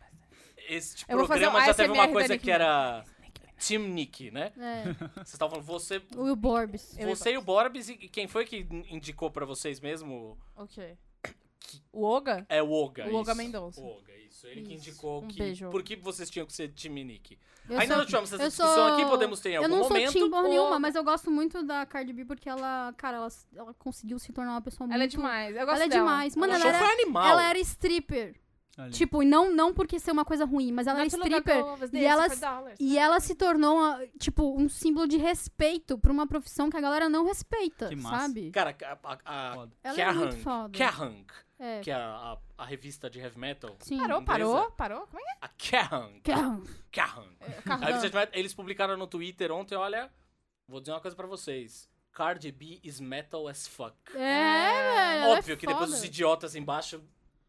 S4: [laughs]
S3: este
S2: Eu vou fazer um
S3: programa já teve uma
S2: ASMR da
S3: coisa
S2: Nicki
S3: que era... Team Nick, né?
S4: É,
S3: Vocês estavam falando, você,
S4: o Will Borbs.
S2: Eu e
S3: você e o Borbs, e quem foi que indicou pra vocês mesmo
S2: Ok. O Oga?
S3: É o Oga.
S2: O Oga
S3: isso.
S2: Mendonça.
S3: O Oga, isso. Ele que
S4: Isso.
S3: indicou
S2: Um
S3: que.
S2: beijo,
S3: Por
S2: Oga.
S3: que vocês tinham que ser time Nick?
S4: Eu
S3: Ainda
S4: sou-
S3: não tivemos essa
S4: eu
S3: discussão
S4: sou-
S3: aqui, podemos ter em algum
S4: Eu não
S3: momento.
S4: sou timba
S2: ou-
S4: nenhuma, mas eu gosto muito da Cardi B porque ela, cara, ela, ela conseguiu se tornar uma pessoa muito...
S2: Ela é demais. Eu gosto
S4: Ela é
S2: dela.
S4: demais. Mano,
S3: o
S4: ela
S3: show
S4: era,
S3: foi animal.
S4: ela era stripper.
S5: Olha aí.
S4: Tipo, e não, não porque ser uma coisa ruim, mas ela era
S2: Natural
S4: stripper.
S2: Girl,
S4: E ela,
S2: Super Dollars.
S4: e ela se tornou, uma- tipo, um símbolo de respeito pra uma profissão que a galera não respeita,
S5: Que massa.
S4: sabe?
S3: Cara, a, a, a
S5: Foda.
S4: Ela é muito
S3: Kerrang,
S4: foda.
S3: Kerrang,
S4: É,
S3: que é a, a, a revista de heavy metal.
S4: sim.
S2: Parou,
S3: Inglesa.
S2: parou, parou. Como é
S3: A Kerrang.
S4: Caramba.
S3: Kerrang.
S4: É.
S3: A
S2: Carrang.
S3: revista de metal, eles publicaram no Twitter ontem, olha, vou dizer uma coisa pra vocês. Cardi B is metal as fuck.
S4: É, velho. ela é
S3: Óbvio que depois
S4: foda.
S3: os idiotas embaixo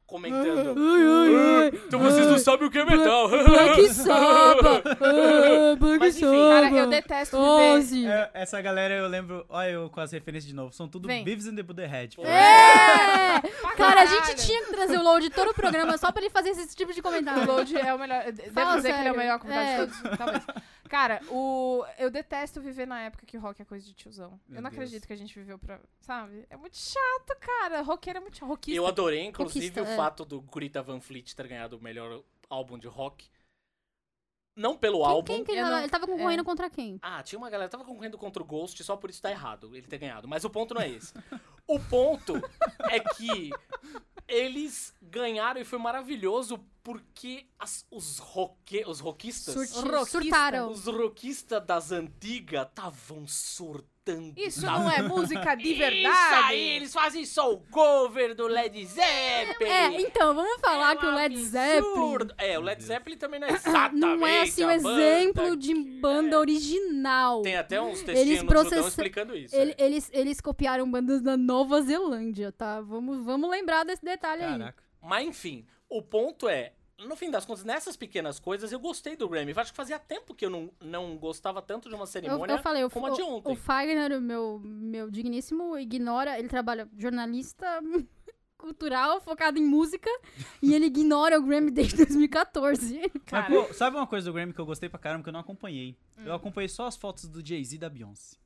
S3: comentando.
S4: ai, ai.
S3: então vocês não sabem o que é metal.
S4: Ah. Black
S3: [laughs]
S4: Saba! Ah, Black
S3: Mas enfim,
S4: Saba!
S2: Cara, eu detesto viver.
S4: Ozzy!
S5: É, essa galera, eu lembro. Olha, eu com as referências de novo. São tudo
S2: Vem.
S5: Beavis and the Buddhead.
S4: É!
S2: Pra
S4: Cara, a
S2: caralho.
S4: gente tinha que trazer o Load todo o programa só pra ele fazer esse tipo de
S2: O
S4: comentário.
S2: Load é o melhor. eu Devo
S4: Fala
S2: dizer que ele é o
S4: sério.
S2: melhor comentário
S4: É.
S2: de todos. Talvez. Cara, o... eu detesto viver na época que rock é coisa de tiozão. eu
S5: Meu
S2: não
S5: Deus.
S2: acredito que a gente viveu pra. Sabe? É muito chato, cara. Roqueiro é muito chato. Rockista.
S3: Eu adorei, inclusive,
S4: Conquista,
S3: o
S4: é.
S3: fato do Greta Van Fleet ter ganhado o melhor álbum de rock. Não pelo
S4: Quem,
S3: álbum.
S4: quem que ele,
S2: Eu
S4: tava,
S2: não- É.
S4: ele tava concorrendo contra quem?
S3: Ah, tinha uma galera que tava concorrendo contra o Ghost, só por isso tá errado ele ter ganhado. Mas o ponto não é esse. O ponto é que eles ganharam e foi maravilhoso porque as- os, roque, os roquistas.
S4: Surti-
S2: roquista.
S4: Surtaram.
S3: Os roquistas das antigas estavam surtando.
S2: Isso
S3: na
S2: não é música de verdade.
S3: Isso aí, eles fazem só o cover do Led Zeppelin.
S4: É, então, vamos falar
S2: um
S4: que o Led Zeppelin
S3: um Absurdo. É, o Led
S5: Deus.
S3: Zeppelin também não é exatamente
S4: [coughs] não é assim um
S3: a banda
S4: exemplo de
S3: que-
S4: banda
S3: é.
S4: original.
S3: Tem até uns
S4: Eles
S3: textinhos no Judão
S4: processa-
S3: explicando isso.
S4: Ele-
S3: é.
S4: eles, eles copiaram bandas da Nova Zelândia, tá? Vamos, vamos lembrar desse detalhe aí.
S5: Caraca.
S3: Mas enfim, o ponto é, no fim das contas, nessas pequenas coisas, eu gostei do Grammy. Acho que fazia tempo que eu não, não gostava tanto de uma
S4: Eu,
S3: cerimônia
S4: eu falei, o,
S3: é como a de
S4: o,
S3: ontem.
S4: o Fagner, o meu, meu digníssimo, ignora. Ele trabalha jornalista [laughs] cultural, focado em música, e ele ignora o Grammy desde [laughs] 2014.
S5: Mas,
S2: Cara,
S5: pô, sabe uma coisa do Grammy que eu gostei pra caramba que eu não acompanhei? Eu
S4: Hum.
S5: acompanhei só as fotos do Jay-Z e da Beyoncé.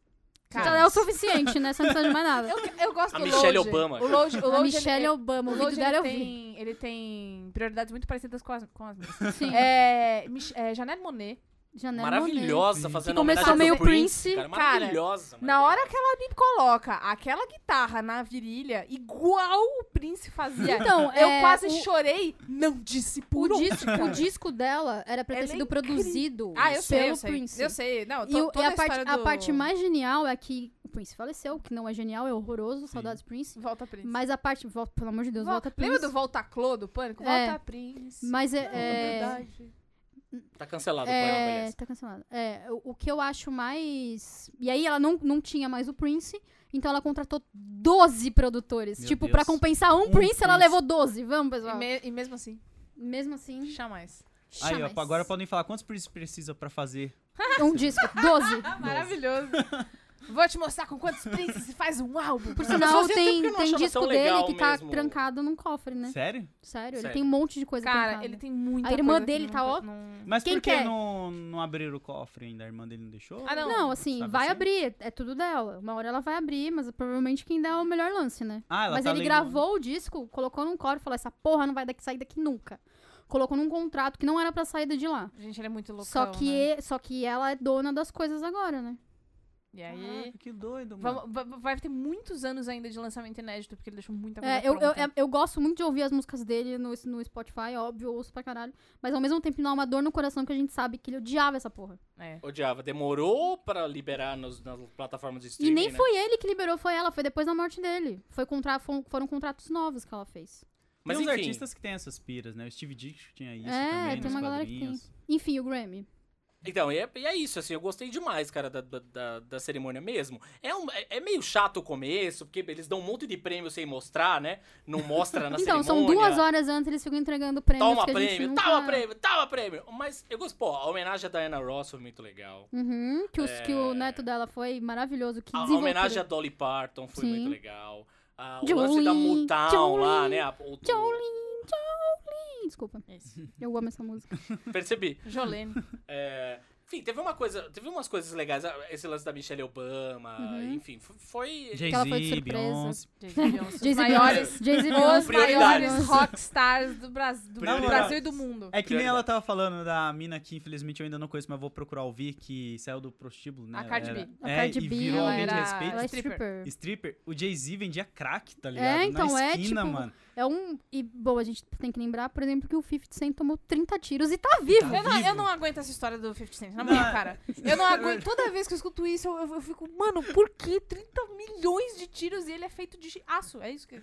S4: Já
S2: cara,
S4: é o suficiente, né? Você não precisa de mais nada.
S2: eu, eu gosto
S3: A
S2: do
S3: Michelle
S2: Load.
S3: Obama.
S2: O Load, o Load, é
S4: a
S2: ele-
S4: Michelle Obama, o
S2: o
S4: vídeo
S2: Load
S4: dela
S2: ele
S4: eu vi.
S2: tem, ele tem prioridades muito parecidas com as, com as minhas.
S4: Sim.
S2: É, Mich- é, Janelle Monet.
S4: Janelle
S3: Maravilhosa,
S5: Sim.
S3: fazendo
S4: Que começou
S3: homenagem
S4: meio
S3: ao Prince.
S4: Prince,
S3: cara, é
S2: cara.
S3: maravilhosa.
S2: Na hora que ela me coloca aquela guitarra na virilha, igual o Prince fazia,
S4: Então,
S2: eu
S4: é,
S2: quase
S4: o-
S2: chorei. Não disse
S4: O
S2: por um. onde,
S4: disco,
S2: cara.
S4: o disco dela era pra ter
S2: Ela é
S4: sido
S2: incrível.
S4: produzido
S2: Ah, eu sei,
S4: pelo
S2: eu sei.
S4: Prince.
S2: Eu sei, não,
S4: E,
S2: to,
S4: o- e
S2: toda
S4: a, parte,
S2: história
S4: a
S2: do-
S4: parte mais genial é que o Prince faleceu, o que não é genial, é horroroso, saudades Prince.
S2: Volta Prince.
S4: Mas a parte. Volta, pelo amor de Deus,
S2: Vol-
S4: volta Prince.
S2: Lembra do Volta Clô, do Pânico?
S4: É.
S2: Volta Prince.
S4: Mas é.
S2: É
S4: é,
S2: verdade.
S3: Tá cancelado o programa,
S4: é,
S3: aliás.
S4: tá cancelado. É, o, o que eu acho mais. E aí ela não, não tinha mais o Prince, então ela contratou 12 produtores.
S5: Meu
S4: tipo,
S5: Deus.
S4: pra compensar um,
S5: Um
S4: Prince, ela
S5: Prince.
S4: levou 12. Vamos,
S2: E,
S4: pessoal.
S2: me- e mesmo assim,
S4: Mesmo assim.
S2: chamais.
S5: Aí, ó,
S4: jamais.
S5: agora podem falar quantos Prince precisa pra fazer.
S4: Um disco, 12.
S2: [laughs] Maravilhoso. Vou te mostrar com quantos Princes se faz um álbum.
S4: Por
S3: mas
S4: sinal,
S3: fazia tempo
S4: tem,
S3: que eu não
S4: tem
S3: achava
S4: disco
S3: tão
S4: dele
S3: legal
S4: que tá
S3: mesmo.
S4: trancado num cofre, né?
S5: Sério?
S4: Sério, ele
S3: Sério.
S4: tem um monte de coisa
S2: Cara,
S4: trancada.
S2: ele tem muita
S4: A irmã
S2: coisa que
S4: dele
S2: não-
S4: tá, ó.
S2: não-
S5: Mas
S4: Quem
S5: por que
S4: quer?
S5: não, não abriram o cofre ainda? A irmã dele não deixou?
S2: Ah, não.
S4: Não, assim,
S5: Sabe
S4: vai
S5: assim?
S4: abrir, é tudo dela. Uma hora ela vai abrir, mas provavelmente quem dá é o melhor lance, né?
S5: Ah, ela
S4: mas
S5: tá
S4: ele
S5: lendo-
S4: gravou o disco, colocou num core e falou: essa porra não vai daqui, sair daqui nunca. Colocou num contrato que não era pra saída de lá.
S2: Gente, ele é muito loucão,
S4: só, que,
S2: né?
S4: e- só que ela é dona das coisas agora, né?
S2: E aí...
S5: Caraca, que doido, mano.
S2: Vamos- va- va- vai ter muitos anos ainda de lançamento inédito, porque ele deixou muita coisa
S4: É, eu, eu,
S2: pronta.
S4: é- eu gosto muito de ouvir as músicas dele no, no Spotify, óbvio, ouço pra caralho. Mas ao mesmo tempo não é uma dor no coração que a gente sabe que ele odiava essa porra.
S2: É.
S3: Odiava. Demorou pra liberar nos, nas plataformas de streaming,
S4: e nem
S3: né?
S4: foi ele que liberou, foi ela, foi depois da morte dele. Foi contra, foram, foram contratos novos que ela fez.
S3: Mas
S5: tem uns
S3: enfim,
S5: artistas que tem essas piras, né? O Steve Dicks tinha isso
S4: É,
S5: também,
S4: tem
S5: nos
S4: uma galera que tem.
S5: quadrinhos.
S4: Enfim, o Grammy.
S3: Então, e é, e é isso, assim, eu gostei demais, cara, da, da- da, da cerimônia mesmo. É, um- é- é meio chato o começo, porque eles dão um monte de prêmio sem mostrar, né? Não mostra na
S4: [laughs] então,
S3: cerimônia.
S4: são duas horas antes eles ficam entregando prêmios
S3: né? Toma
S4: que a gente tá-
S3: prêmio,
S4: nunca...
S3: toma prêmio, toma prêmio. Mas eu gosto, pô, a homenagem à Diana Ross foi muito legal.
S4: Uhum, que, os, que o
S3: É.
S4: neto dela foi maravilhoso, que
S3: A, a
S4: desenvolveu.
S3: homenagem a Dolly Parton foi
S4: Sim.
S3: muito legal. Ah, o lance da
S4: Jolene,
S3: Motown lá, né? A- o- o-
S4: Jolene, Jolene. Desculpa,
S2: Isso.
S4: eu amo essa música.
S3: Percebi.
S2: Jolene.
S3: É, enfim, teve uma coisa, teve umas coisas legais, ah, esse lance da Michelle Obama,
S4: Uhum.
S3: enfim, f- foi...
S4: Que ela foi de
S5: Jay-Z,
S4: surpresa. [laughs]
S5: Beyoncé.
S2: Jay-Z Beyoncé. Os
S4: Jay-Z
S2: maiores,
S4: Beyoncé. Jay-Z
S2: os
S4: Beyoncé.
S2: maiores
S3: Prioridades.
S2: rockstars do, Bras- do
S5: Prioridades.
S2: Brasil e do mundo.
S5: É que nem
S3: Prioridade.
S5: ela tava falando da mina que, infelizmente, eu ainda não conheço, mas vou procurar ouvir, que saiu do prostíbulo, né?
S2: A Cardi
S5: Era-
S2: B.
S4: A
S5: é,
S4: Cardi
S5: e
S4: B,
S5: virou
S4: ela
S5: alguém de
S2: era-
S5: respeito.
S4: Ela é
S2: Stripper.
S4: stripper.
S5: Stripper, o Jay-Z vendia crack, tá ligado?
S4: É, então,
S5: Na
S4: é,
S5: esquina,
S4: tipo,
S5: mano.
S4: É um... E, bom, a gente tem que lembrar, por exemplo, que o 50 Cent tomou 30 tiros e tá vivo.
S2: Eu não,
S5: Vivo.
S2: eu não aguento essa história do 50 Cent, na
S5: Não,
S2: minha
S5: [laughs] é-
S2: cara. Eu não aguento. Toda vez que eu escuto isso, eu, eu- eu fico, mano, por que 30 milhões de tiros e ele é feito de aço? É isso que.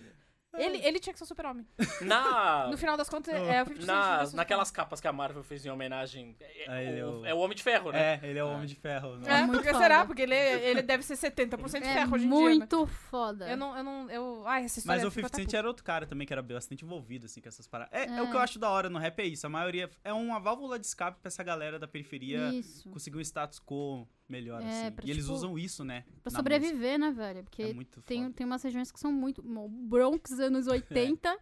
S2: Ele, ele tinha que ser o super-homem.
S4: [laughs]
S3: Na,
S2: No final das contas, é o 50 Cent
S3: nas-
S2: devia ser o
S3: naquelas capas que a Marvel fez em homenagem. É,
S5: Ah, ele é
S3: o,
S5: o-
S3: é o Homem de Ferro, né?
S5: É, ele é o Homem de Ferro.
S2: super-homem.
S5: né?
S2: É,
S4: muito
S2: porque
S4: foda.
S2: será? Porque ele, ele deve ser 70% de
S4: É
S2: ferro hoje em dia. né?
S4: muito foda.
S2: Eu não, eu não, eu... Ai, essa história
S5: Mas o
S2: ficou
S5: 50
S2: até
S5: Cent é
S2: puta.
S5: era outro cara também que era bastante envolvido, assim, com essas paradas. É, é o que
S4: É.
S5: eu acho da hora no rap, é isso. A maioria é uma válvula de escape pra essa galera da periferia
S4: Isso.
S5: conseguir um status quo melhor,
S4: É,
S5: assim.
S4: pra,
S5: E eles
S4: tipo,
S5: usam isso, né?
S4: Pra
S5: na
S4: sobreviver, né, velho? Porque
S5: música. É muito
S4: tem, um
S5: foda. É.
S4: tem umas regiões que são muito. O Bronx,
S5: [laughs]
S4: anos 80.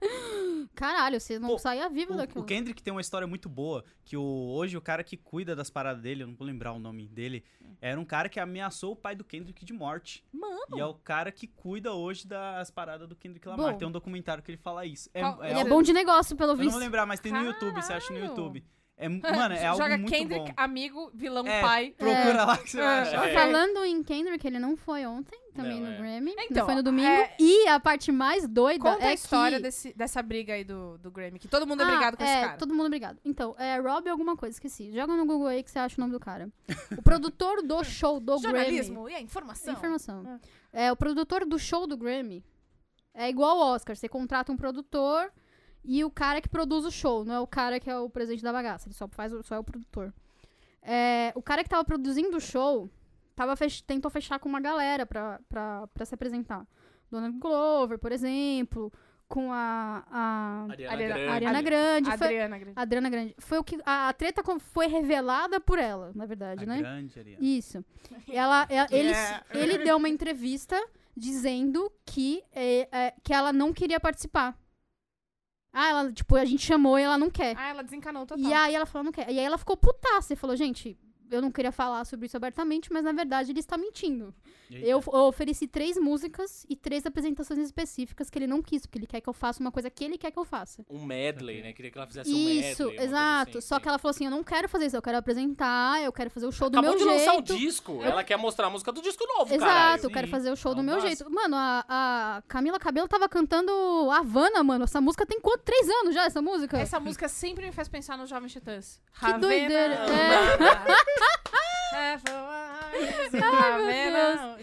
S4: Caralho, você não
S5: Pô,
S4: saía vivo
S5: O,
S4: daquilo.
S5: o Kendrick tem uma história muito boa, que o, hoje o cara que cuida das paradas dele, eu não vou lembrar o nome dele,
S4: É.
S5: era um cara que ameaçou o pai do Kendrick de morte.
S2: Mano!
S5: E é o cara que cuida hoje das paradas do Kendrick Lamar.
S4: Bom.
S5: Tem um documentário que ele fala isso. É,
S2: Qual-
S4: Ele é
S5: algo-
S4: bom de negócio, pelo
S5: Eu não vou
S4: visto.
S5: lembrar, mas tem no YouTube, você acha no
S2: Caralho!
S5: YouTube.
S4: [laughs]
S5: É, mano, é algo
S2: Joga
S5: muito
S2: Kendrick,
S5: bom.
S2: amigo, vilão,
S5: É,
S2: pai.
S5: Procura lá que você vai
S2: É.
S5: achar.
S2: É.
S4: Falando em Kendrick, ele não foi ontem, também
S3: Não,
S4: no
S3: é.
S4: Grammy. não
S2: Então,
S4: foi no domingo.
S2: é-
S4: E a parte mais doida
S2: Conta
S4: é
S2: a história
S4: que...
S2: desse, dessa briga aí do, do Grammy, que todo mundo é
S4: Ah,
S2: brigado com
S4: é,
S2: esse cara.
S4: todo mundo obrigado. Então, é Rob alguma coisa, esqueci. Joga no Google aí que você acha o nome do cara. O produtor
S2: [laughs]
S4: do show do é Grammy...
S2: Jornalismo e a informação.
S4: Informação. É, o produtor do show do Grammy é igual ao Oscar. Você contrata um produtor e o cara que produz o show, não é o cara que é o presidente da bagaça. Ele só, faz, o- só é o produtor. É, o cara que tava produzindo o show tava fech- tentou fechar com uma galera pra, pra, pra se apresentar. Donald Glover, por exemplo, com a, a
S3: Ariana,
S2: Ariana-
S3: Grande.
S4: Ariana né? Grande. foi-
S2: Adriana Grande.
S4: Adriana Grande. Foi o que, a, a treta com- foi revelada por ela, na verdade,
S5: A
S4: né?
S5: grande Ariana.
S4: Isso. Ela,
S3: [laughs]
S4: ela-
S3: É.
S4: ele,
S5: Yeah.
S4: ele deu uma entrevista dizendo que, é, é, que ela não queria participar. Ah, ela, tipo, a gente chamou e ela não quer.
S2: Ah, ela desencanou total.
S4: É. e aí ela falou, não quer. E aí ela ficou putaça e falou, gente, eu não queria falar sobre isso abertamente, mas na verdade ele está mentindo.
S5: Eita.
S4: Eu, eu ofereci três músicas e três apresentações específicas que ele não quis, porque ele quer que eu faça uma coisa que ele quer que eu faça.
S3: Um medley, né? Queria que ela fizesse um medley.
S4: Isso,
S3: uma coisa
S4: exato.
S3: assim,
S4: Só
S3: sim.
S4: que ela falou assim: eu não quero fazer isso, eu quero apresentar, eu quero fazer o show do
S3: Acabou
S4: meu
S3: de
S4: jeito.
S3: lançar um disco. Ela quer mostrar a música do disco novo,
S4: Exato,
S3: caralho.
S4: eu quero
S5: Sim,
S4: fazer o show do
S5: ao
S4: meu
S5: máximo.
S4: jeito. Mano, a, a Camila Cabelo tava cantando Havana, mano. Essa música tem quanto? Três anos já, essa música?
S2: Essa música sempre me faz pensar nos Jovens Titãs. Que
S4: doideira, né?
S2: [laughs] É,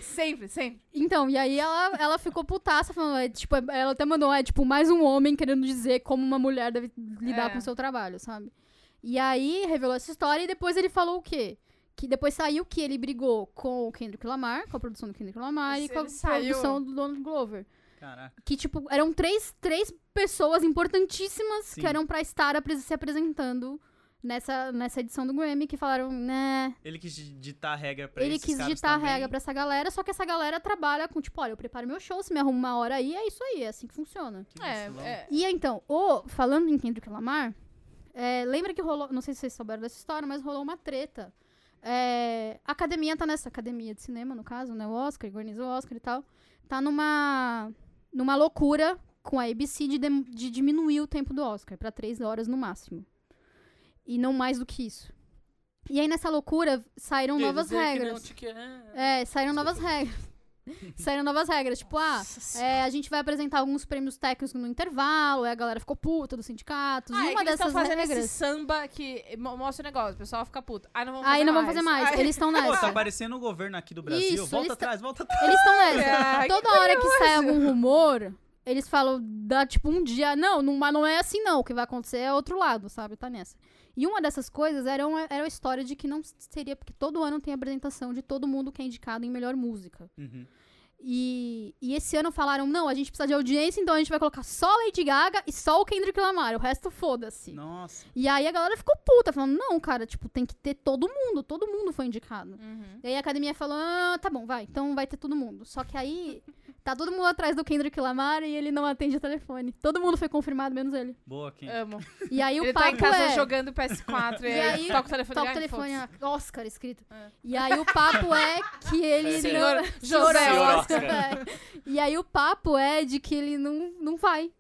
S2: Sempre, sempre.
S4: Então, e aí ela, ela ficou putaça, falando, é, tipo, é- ela até mandou, é tipo, mais um homem querendo dizer como uma mulher deve
S2: É.
S4: lidar com o seu trabalho, sabe? E aí revelou essa história e depois ele falou o quê? Que depois saiu que ele brigou com o Kendrick Lamar, com a produção do Kendrick Lamar e
S2: Esse-
S4: com a
S2: ele saiu.
S4: produção do Donald Glover.
S5: Caraca.
S4: Que, tipo, eram três, três pessoas importantíssimas
S5: Sim.
S4: que eram pra estar apres- se apresentando nessa, nessa edição do Grammy, que falaram, né,
S5: Ele quis ditar a regra pra
S4: ele
S5: esses
S4: quis
S5: caras
S4: ditar
S5: também.
S4: a regra pra essa galera, só que essa galera trabalha com, tipo, olha, eu preparo meu show, se me arruma uma hora aí, é isso aí, é assim que funciona.
S5: Que vacilão.
S2: É, é.
S4: E então, o, falando em Kendrick Lamar, é, lembra que rolou, não sei se vocês souberam dessa história, mas rolou uma treta. É, a academia tá nessa academia de cinema, no caso, né? O Oscar, organiza o Oscar e tal. Tá numa, numa loucura com a ABC de, dem- de diminuir o tempo do Oscar pra três horas no máximo. E não mais do que isso. E aí, nessa loucura, saíram
S3: Dizer
S4: novas
S3: que não
S4: regras.
S3: te quer.
S4: É, saíram novas regras. [laughs] saíram novas regras. Tipo, ah, é, a gente vai apresentar alguns prêmios técnicos no intervalo, aí a galera ficou puta dos sindicatos.
S2: Ah,
S4: e
S2: é
S4: uma
S2: que eles tão
S4: dessas
S2: fazendo esse
S4: regras.
S2: samba que mo- mostra o negócio, o pessoal fica puto. Aí não vamos fazer
S4: Aí não
S2: mais.
S4: vão fazer mais.
S2: Aí-
S4: Eles estão
S5: Pô, tá
S4: nessa.
S5: parecendo o governo aqui do Brasil.
S4: Ah, é Isso,
S5: volta
S4: eles tá-
S5: atrás, volta atrás.
S4: Eles estão nessa.
S2: Ai, que
S4: Toda hora que sai algum rumor, eles falam, dá tipo um dia. Não, não, mas não é assim não. O que vai acontecer é outro lado, sabe? Tá nessa. E uma dessas coisas era, uma- era a história de que não seria, porque todo ano tem apresentação de todo mundo que é indicado em melhor música.
S5: Uhum.
S4: E, e esse ano falaram, não, a gente precisa de audiência, então a gente vai colocar só a Lady Gaga e só o Kendrick Lamar, o resto foda-se.
S5: Nossa.
S4: E aí a galera ficou puta, falando, não, cara, tipo, tem que ter todo mundo, todo mundo foi indicado.
S2: Uhum.
S4: E aí a academia falou, ah, tá bom, vai, então vai ter todo mundo. Só que aí tá todo mundo atrás do Kendrick Lamar e ele não atende o telefone. Todo mundo foi confirmado, menos ele.
S5: Boa,
S4: É.
S5: Kim.
S2: Amo.
S4: E aí
S2: Ele
S4: o papo
S2: tá em casa
S4: é...
S2: jogando PS4 e,
S4: E
S2: aí
S4: aí,
S2: toca o telefone.
S4: Toca o
S2: ai,
S4: telefone,
S2: foda-se.
S4: ó, Oscar escrito.
S2: É.
S4: E aí o papo é
S2: [laughs]
S4: que ele
S3: Senhor-
S4: não-
S2: José
S3: Senhor
S4: Oscar. É. E aí o papo é de que ele não, não vai.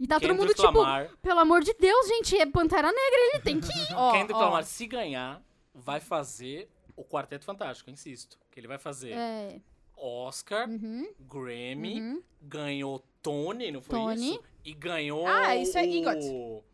S4: E tá todo mundo
S3: Kendrick
S4: tipo,
S3: Lamar.
S4: pelo amor de Deus, gente, é Pantera Negra, ele
S3: [laughs]
S4: tem que ir.
S2: Ó,
S3: Kendrick
S2: ó,
S3: Lamar, se ganhar, vai fazer o Quarteto Fantástico, insisto. Que ele vai fazer
S4: É,
S3: Oscar,
S4: uhum,
S3: Grammy,
S4: uhum.
S3: ganhou Tony, não foi
S4: Tony.
S3: isso? E ganhou.
S2: Ah, isso é
S3: o-
S2: Igot.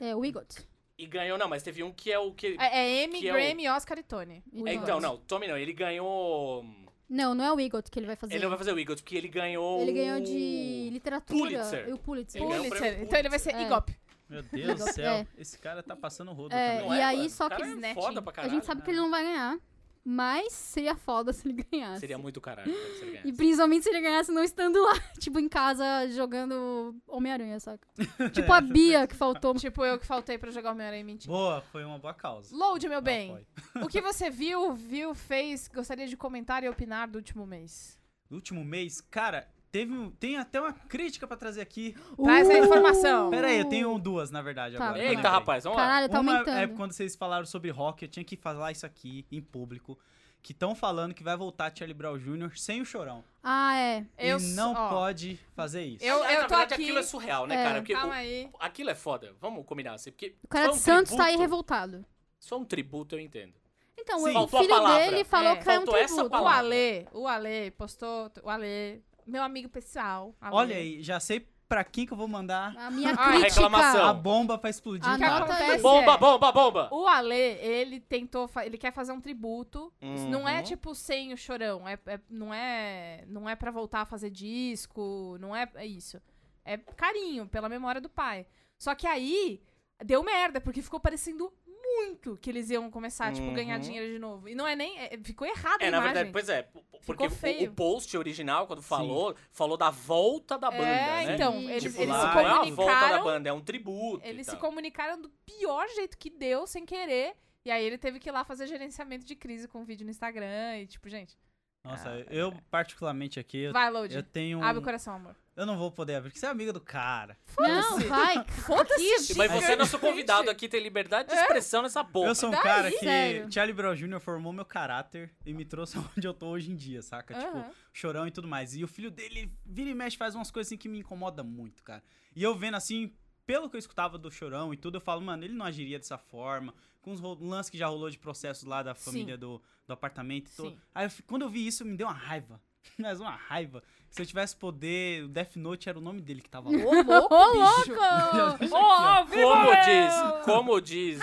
S4: É, o Igot.
S3: E ganhou, não, mas teve um que é o que.
S2: É, é M,
S3: Que é o-
S2: Grammy, Oscar e Tony.
S3: É,
S4: O
S3: então,
S4: Igot.
S3: não, Tommy não, ele ganhou. hum,
S4: Não, não é o Igot que ele vai fazer.
S3: Ele não vai fazer o Eagles, porque ele ganhou.
S4: Ele ganhou
S3: o-
S4: de literatura.
S3: Pulitzer.
S4: E o Pulitzer.
S3: Ele ganhou o prêmio
S2: Pulitzer.
S3: Pulitzer.
S2: Então ele vai ser
S4: É.
S2: Igop.
S5: Meu Deus do
S4: É.
S5: céu. Esse cara tá passando o rodo
S4: É,
S5: também.
S3: Não
S4: e aí
S3: mano?
S4: só
S3: O cara
S4: que-
S3: é foda pra
S4: A
S3: caralho.
S4: gente sabe que ele não vai ganhar, mas seria foda se ele ganhasse.
S3: Seria muito caralho cara, se ele ganhasse.
S4: E principalmente se ele ganhasse não estando lá, [laughs] tipo, em casa jogando Homem-Aranha,
S3: [laughs]
S4: saca? Tipo a Bia que faltou.
S2: Tipo, eu que faltei pra jogar o meu aranha mentira.
S5: Boa, foi uma boa causa.
S2: Load, meu
S5: Ah,
S2: bem.
S5: foi.
S2: O que você viu, viu, fez, gostaria de comentar e opinar do último mês?
S5: No último mês, cara, teve um- tem até uma crítica pra trazer aqui.
S2: [laughs] Traz essa
S4: Uh!
S2: informação.
S5: Pera aí, eu tenho duas, na verdade,
S4: Tá,
S5: agora.
S4: vai.
S5: eu
S3: Eita,
S5: lembrei.
S3: rapaz, vamos lá.
S4: Caralho, tá
S5: Uma
S4: aumentando.
S5: é quando vocês falaram sobre rock, eu tinha que falar isso aqui em público. Que estão falando que vai voltar Charlie Brown Jr. sem o chorão.
S4: Ah, é.
S2: Eu
S5: e não
S2: ó,
S5: pode fazer isso.
S2: Eu-
S3: Aliás,
S2: eu
S3: na
S2: tô
S3: verdade,
S2: aqui-
S3: aquilo é surreal, né,
S4: É.
S3: cara? Porque
S2: Calma
S3: o-
S2: aí.
S3: aquilo é foda. Vamos combinar assim. Porque
S4: O cara
S3: foi
S4: de
S3: um
S4: Santos tá aí
S3: tributo.
S4: revoltado.
S3: Só um tributo eu entendo.
S4: Então,
S5: Sim.
S4: o
S3: Faltou a
S4: filho
S3: palavra.
S4: dele falou
S2: É.
S4: que é um
S3: Faltou essa
S4: tributo.
S2: O
S3: palavra.
S2: Ale, o Ale postou, o Ale, meu amigo pessoal. Ale.
S5: Olha aí, já sei pra quem que eu vou mandar
S4: A minha
S2: Ah,
S4: crítica.
S3: reclamação.
S5: a bomba pra explodir.
S4: Ah,
S5: em
S2: O que
S5: casa.
S4: Anota
S2: acontece
S4: aí.
S3: Bomba,
S2: é,
S3: bomba, bomba!
S2: O Ale, ele tentou, fa- ele quer fazer um tributo. Isso Não é
S3: Uhum.
S2: tipo sem o chorão, é, é- não é, não é para voltar a fazer disco, não é, é isso. É carinho pela memória do pai. Só que aí deu merda porque ficou parecendo muito que eles iam começar tipo
S3: Uhum.
S2: ganhar dinheiro de novo. E não é nem, é- ficou errado a
S3: É, na
S2: imagem.
S3: verdade, pois é. p- p- Porque o-
S2: feio.
S3: o post original, quando falou, falou da volta da banda,
S2: é,
S3: né?
S2: então,
S4: Tipo,
S2: eles,
S3: tipo,
S2: eles
S3: lá,
S2: se
S3: não é a volta da
S2: comunicaram
S3: banda, é um tributo.
S2: Eles
S3: e
S2: se
S3: tal.
S2: comunicaram do pior jeito que deu, sem querer. E aí ele teve que ir lá fazer gerenciamento de crise com vídeo no Instagram. E tipo, gente,
S5: Nossa, eu particularmente aqui, eu,
S2: vai, Load.
S5: eu tenho. um-
S2: Abre o coração, amor.
S5: Eu não vou poder abrir, porque você é amiga do cara.
S4: Não, vai. [laughs]
S2: Foda-se,
S3: Mas
S5: Mas-
S3: você é nosso convidado aqui, tem liberdade
S4: É?
S3: de expressão nessa porra.
S5: Eu sou um
S2: daí,
S5: cara que
S4: sério.
S5: Charlie Brown Jr. formou meu caráter e me trouxe [laughs] onde eu tô hoje em dia, [laughs] saca? Tipo, chorão e tudo mais. E o filho dele vira e mexe, faz umas coisas assim que me incomoda muito, cara. E eu vendo assim, pelo que eu escutava do chorão e tudo, eu falo, mano, ele não agiria dessa forma. Com os ro- lances que já rolou de processo lá da
S2: Sim.
S5: família do, do apartamento. e tudo.
S2: Sim.
S5: Aí eu fi- quando eu vi isso, me deu uma raiva. [laughs] Mas uma raiva. Se eu tivesse poder, o Death Note era o nome dele que tava lá.
S2: Ô, louco,
S4: Ô,
S2: bicho.
S5: louco!
S2: Ô, ó, viva
S3: Como
S2: eu!
S3: diz, como diz.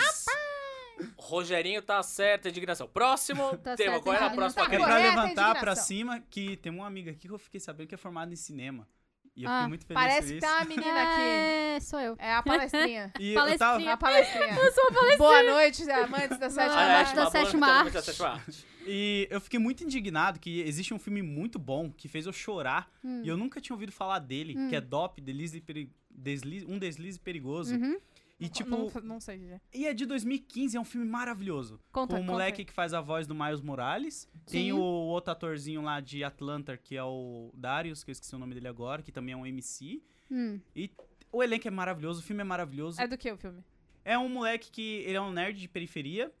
S3: Rogerinho tá certo, indignação. Próximo
S4: Tá
S3: tema,
S4: certo,
S3: qual era a
S4: não
S3: próxima
S2: tá
S5: É
S3: pergunta?
S5: pra
S2: Correta
S5: levantar
S2: indignação.
S5: pra cima que tem uma amiga aqui que eu fiquei sabendo que é formada em cinema. E eu
S4: Ah,
S5: fiquei muito feliz
S2: Parece
S5: com
S2: que
S5: isso.
S2: tá uma menina [laughs] aqui.
S4: É, sou eu.
S2: É a palestrinha.
S5: E eu tava,
S2: É a palestrinha. Eu sou a palestrinha. Boa noite, amantes da sétima arte.
S4: Ah, acho da
S3: uma boa
S4: sétima
S3: pergunta
S4: arte.
S3: da sétima arte.
S5: E eu fiquei muito indignado que existe um filme muito bom que fez eu chorar e
S2: Hum.
S5: eu nunca tinha ouvido falar dele, que é DOP, Deslize Peri- Deslize- Um Deslize Perigoso.
S4: Uhum.
S5: E tipo,
S2: Uhum. Não, não sei, gente.
S5: e é de 2015, é um filme maravilhoso.
S2: Conta,
S5: com o
S2: conta
S5: moleque
S2: aí.
S5: que faz a voz do Miles Morales, tem
S4: Sim.
S5: o outro atorzinho lá de Atlanta, que é o Darius, que eu esqueci o nome dele agora, que também é um MC.
S4: Hum.
S5: E o elenco é maravilhoso, o filme é maravilhoso.
S2: É do que o filme?
S5: É um moleque que ele é um nerd de periferia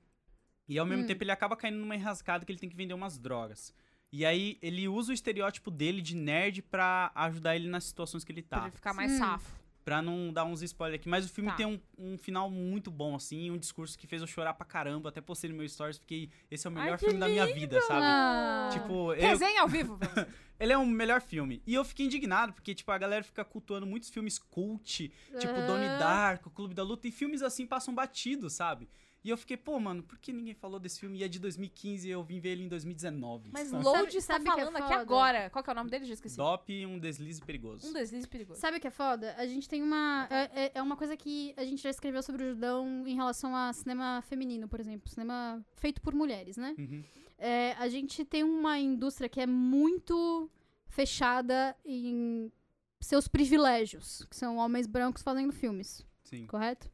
S5: e ao
S2: Hum.
S5: mesmo tempo ele acaba caindo numa enrascada que ele tem que vender umas drogas. E aí ele usa o estereótipo dele de nerd pra ajudar ele nas situações que ele
S2: Pra
S5: tá.
S2: ele ficar mais
S4: Hum.
S2: safo.
S5: Pra não dar uns spoilers aqui, mas o filme
S2: Tá.
S5: tem um, um final muito bom assim, um discurso que fez eu chorar pra caramba, até postei no meu stories, fiquei, esse é o
S2: Ai,
S5: melhor
S2: que
S5: filme da minha vida, sabe?
S4: Ah.
S5: Tipo, eu-
S2: Resenha ao vivo, pra
S5: [laughs]
S2: vocês.
S5: ele é o melhor filme. E eu fiquei indignado, porque, tipo, a galera fica cultuando muitos filmes cult, Tipo, Donnie Darko, Clube da Luta, e filmes assim passam batidos, sabe? E eu fiquei, pô, mano, por que ninguém falou desse filme? E é de 2015 e eu vim ver ele em 2019.
S2: Mas
S5: sabe?
S2: Load está
S4: sabe o que é
S2: falando aqui
S4: foda?
S2: agora. Qual que é o nome dele? Já esqueci.
S5: Dop e um deslize perigoso.
S2: Um deslize perigoso.
S4: Sabe o que é foda? A gente tem uma. É, é- é uma coisa que a gente já escreveu sobre o Judão em relação a cinema feminino, por exemplo. Cinema feito por mulheres, né?
S5: Uhum.
S4: É, a gente tem uma indústria que é muito fechada em seus privilégios, que são homens brancos fazendo filmes,
S5: Sim.
S4: correto?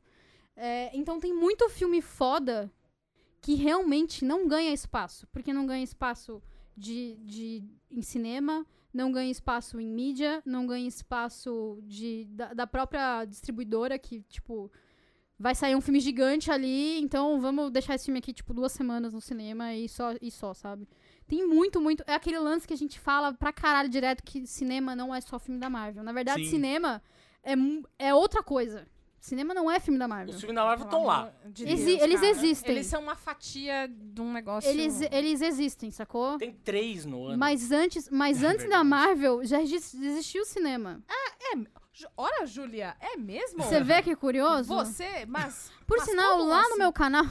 S4: É, então tem muito filme foda que realmente não ganha espaço, porque não ganha espaço de, de em cinema, não ganha espaço em mídia, não ganha espaço de, da, da própria distribuidora que, tipo, vai sair um filme gigante ali, então vamos deixar esse filme aqui, tipo, duas semanas no cinema e só, e só sabe? Tem muito, muito. É aquele lance que a gente fala pra caralho direto que cinema não é só filme da Marvel. Na verdade,
S5: Sim.
S4: cinema é, mu- é outra coisa. Cinema não é filme da Marvel.
S3: Os filmes da Marvel estão lá.
S2: De
S4: Exi- eles existem.
S2: Eles são uma fatia de um negócio.
S4: Eles, eles existem, sacou?
S3: Tem três no ano.
S4: Mas antes, mas
S5: É
S4: antes da
S5: verdade.
S4: Marvel, já exis- existia o cinema.
S2: Ju- Ora, Júlia, é né? mesmo?
S4: Você vê que curioso?
S2: Você, mas.
S4: Por
S2: mas
S4: sinal,
S2: como
S4: lá
S2: assim?
S4: no meu canal.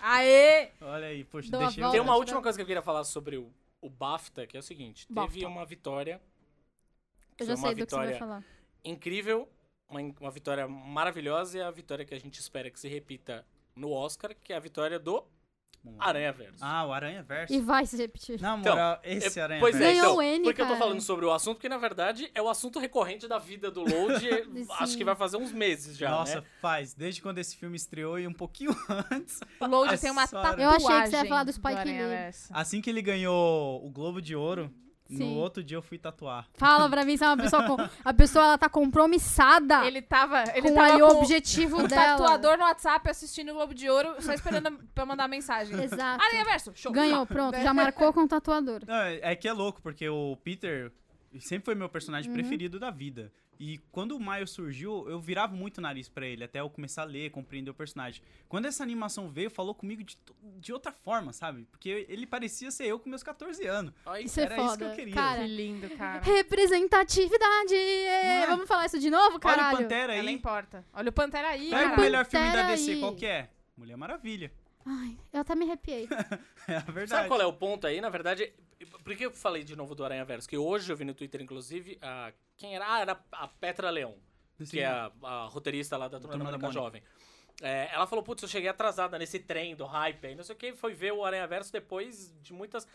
S2: Aê!
S5: Olha aí, poxa,
S4: Dou a
S5: deixei
S4: volta.
S3: Tem
S5: eu...
S3: uma
S4: Olha,
S3: última
S4: será-
S3: coisa que eu queria falar sobre o, o o BAFTA, que é o seguinte: teve
S2: BAFTA.
S3: uma vitória. que
S4: Eu já
S3: foi uma
S4: sei do que você vai
S3: vitória
S4: falar.
S3: incrível, uma, uma vitória maravilhosa e a vitória que a gente espera que se repita no Oscar, que é a vitória do
S5: Vamos lá.
S3: Aranha Verso.
S5: Ah, o Aranha Verso.
S4: E vai se repetir.
S5: Na
S3: Então,
S5: moral, esse
S3: É,
S5: Aranha
S3: pois é,
S5: Verso.
S4: Ganhou
S3: então,
S4: o Emmy,
S3: porque eu tô
S4: cara.
S3: falando sobre o assunto, porque na verdade é o assunto recorrente da vida do Load, acho
S4: [laughs] Sim.
S3: que vai fazer uns meses já,
S5: Nossa,
S3: né?
S5: faz. Desde quando esse filme estreou e um pouquinho [laughs] antes.
S2: O Load tem uma
S5: Nossa,
S2: tatuagem.
S4: eu achei que você ia falar do Spike
S2: Aranha
S4: Lee.
S2: Verso.
S5: Assim que ele ganhou o Globo de Ouro, no
S4: Sim.
S5: outro dia eu fui tatuar.
S4: Fala pra mim se é uma pessoa. Com... A pessoa ela tá compromissada
S2: Ele tava, ele
S4: Ah, com
S2: tava
S4: ali
S2: com
S4: o objetivo
S2: o
S4: dela.
S2: tatuador no WhatsApp assistindo o Globo de Ouro, só esperando [laughs] a- pra mandar mensagem.
S4: Exato.
S2: Aranha Verso, show.
S4: Ganhou, pronto. Já marcou com o tatuador.
S5: Não, é é que é louco, porque o Peter sempre foi meu personagem
S4: Uhum.
S5: preferido da vida. E quando o Miles surgiu, eu virava muito o nariz pra ele, até eu começar a ler, compreender o personagem. Quando essa animação veio, falou comigo de, to- de outra forma, sabe? Porque ele parecia ser eu com meus 14 anos.
S3: Aí,
S4: Isso é
S5: Era isso
S4: foda.
S5: que eu queria.
S4: Cara,
S2: Que lindo, cara.
S4: representatividade!
S5: é?
S4: Vamos falar isso de novo,
S5: Olha o
S4: caralho? é
S5: Pantera
S2: Ela
S5: aí.
S2: importa. Olha o Pantera aí,
S5: Pega o
S2: cara.
S5: melhor filme da
S4: Pantera
S5: DC,
S4: aí.
S5: qual que é? Mulher Maravilha. [laughs]
S4: Ai, eu até me arrepiei.
S5: É a verdade.
S3: Sabe qual é o ponto aí? Na verdade, por que eu falei de novo do Aranha Verso? Que hoje eu vi no Twitter, inclusive, a, quem era? Ah, era a Petra Leão, que é a, a roteirista lá da Turma da
S5: Turma da
S3: Mônica
S5: Mônica.
S3: Jovem. É, ela falou, putz, eu cheguei atrasada nesse trem do hype aí, não sei o que, foi ver o Aranha Verso depois de muitas...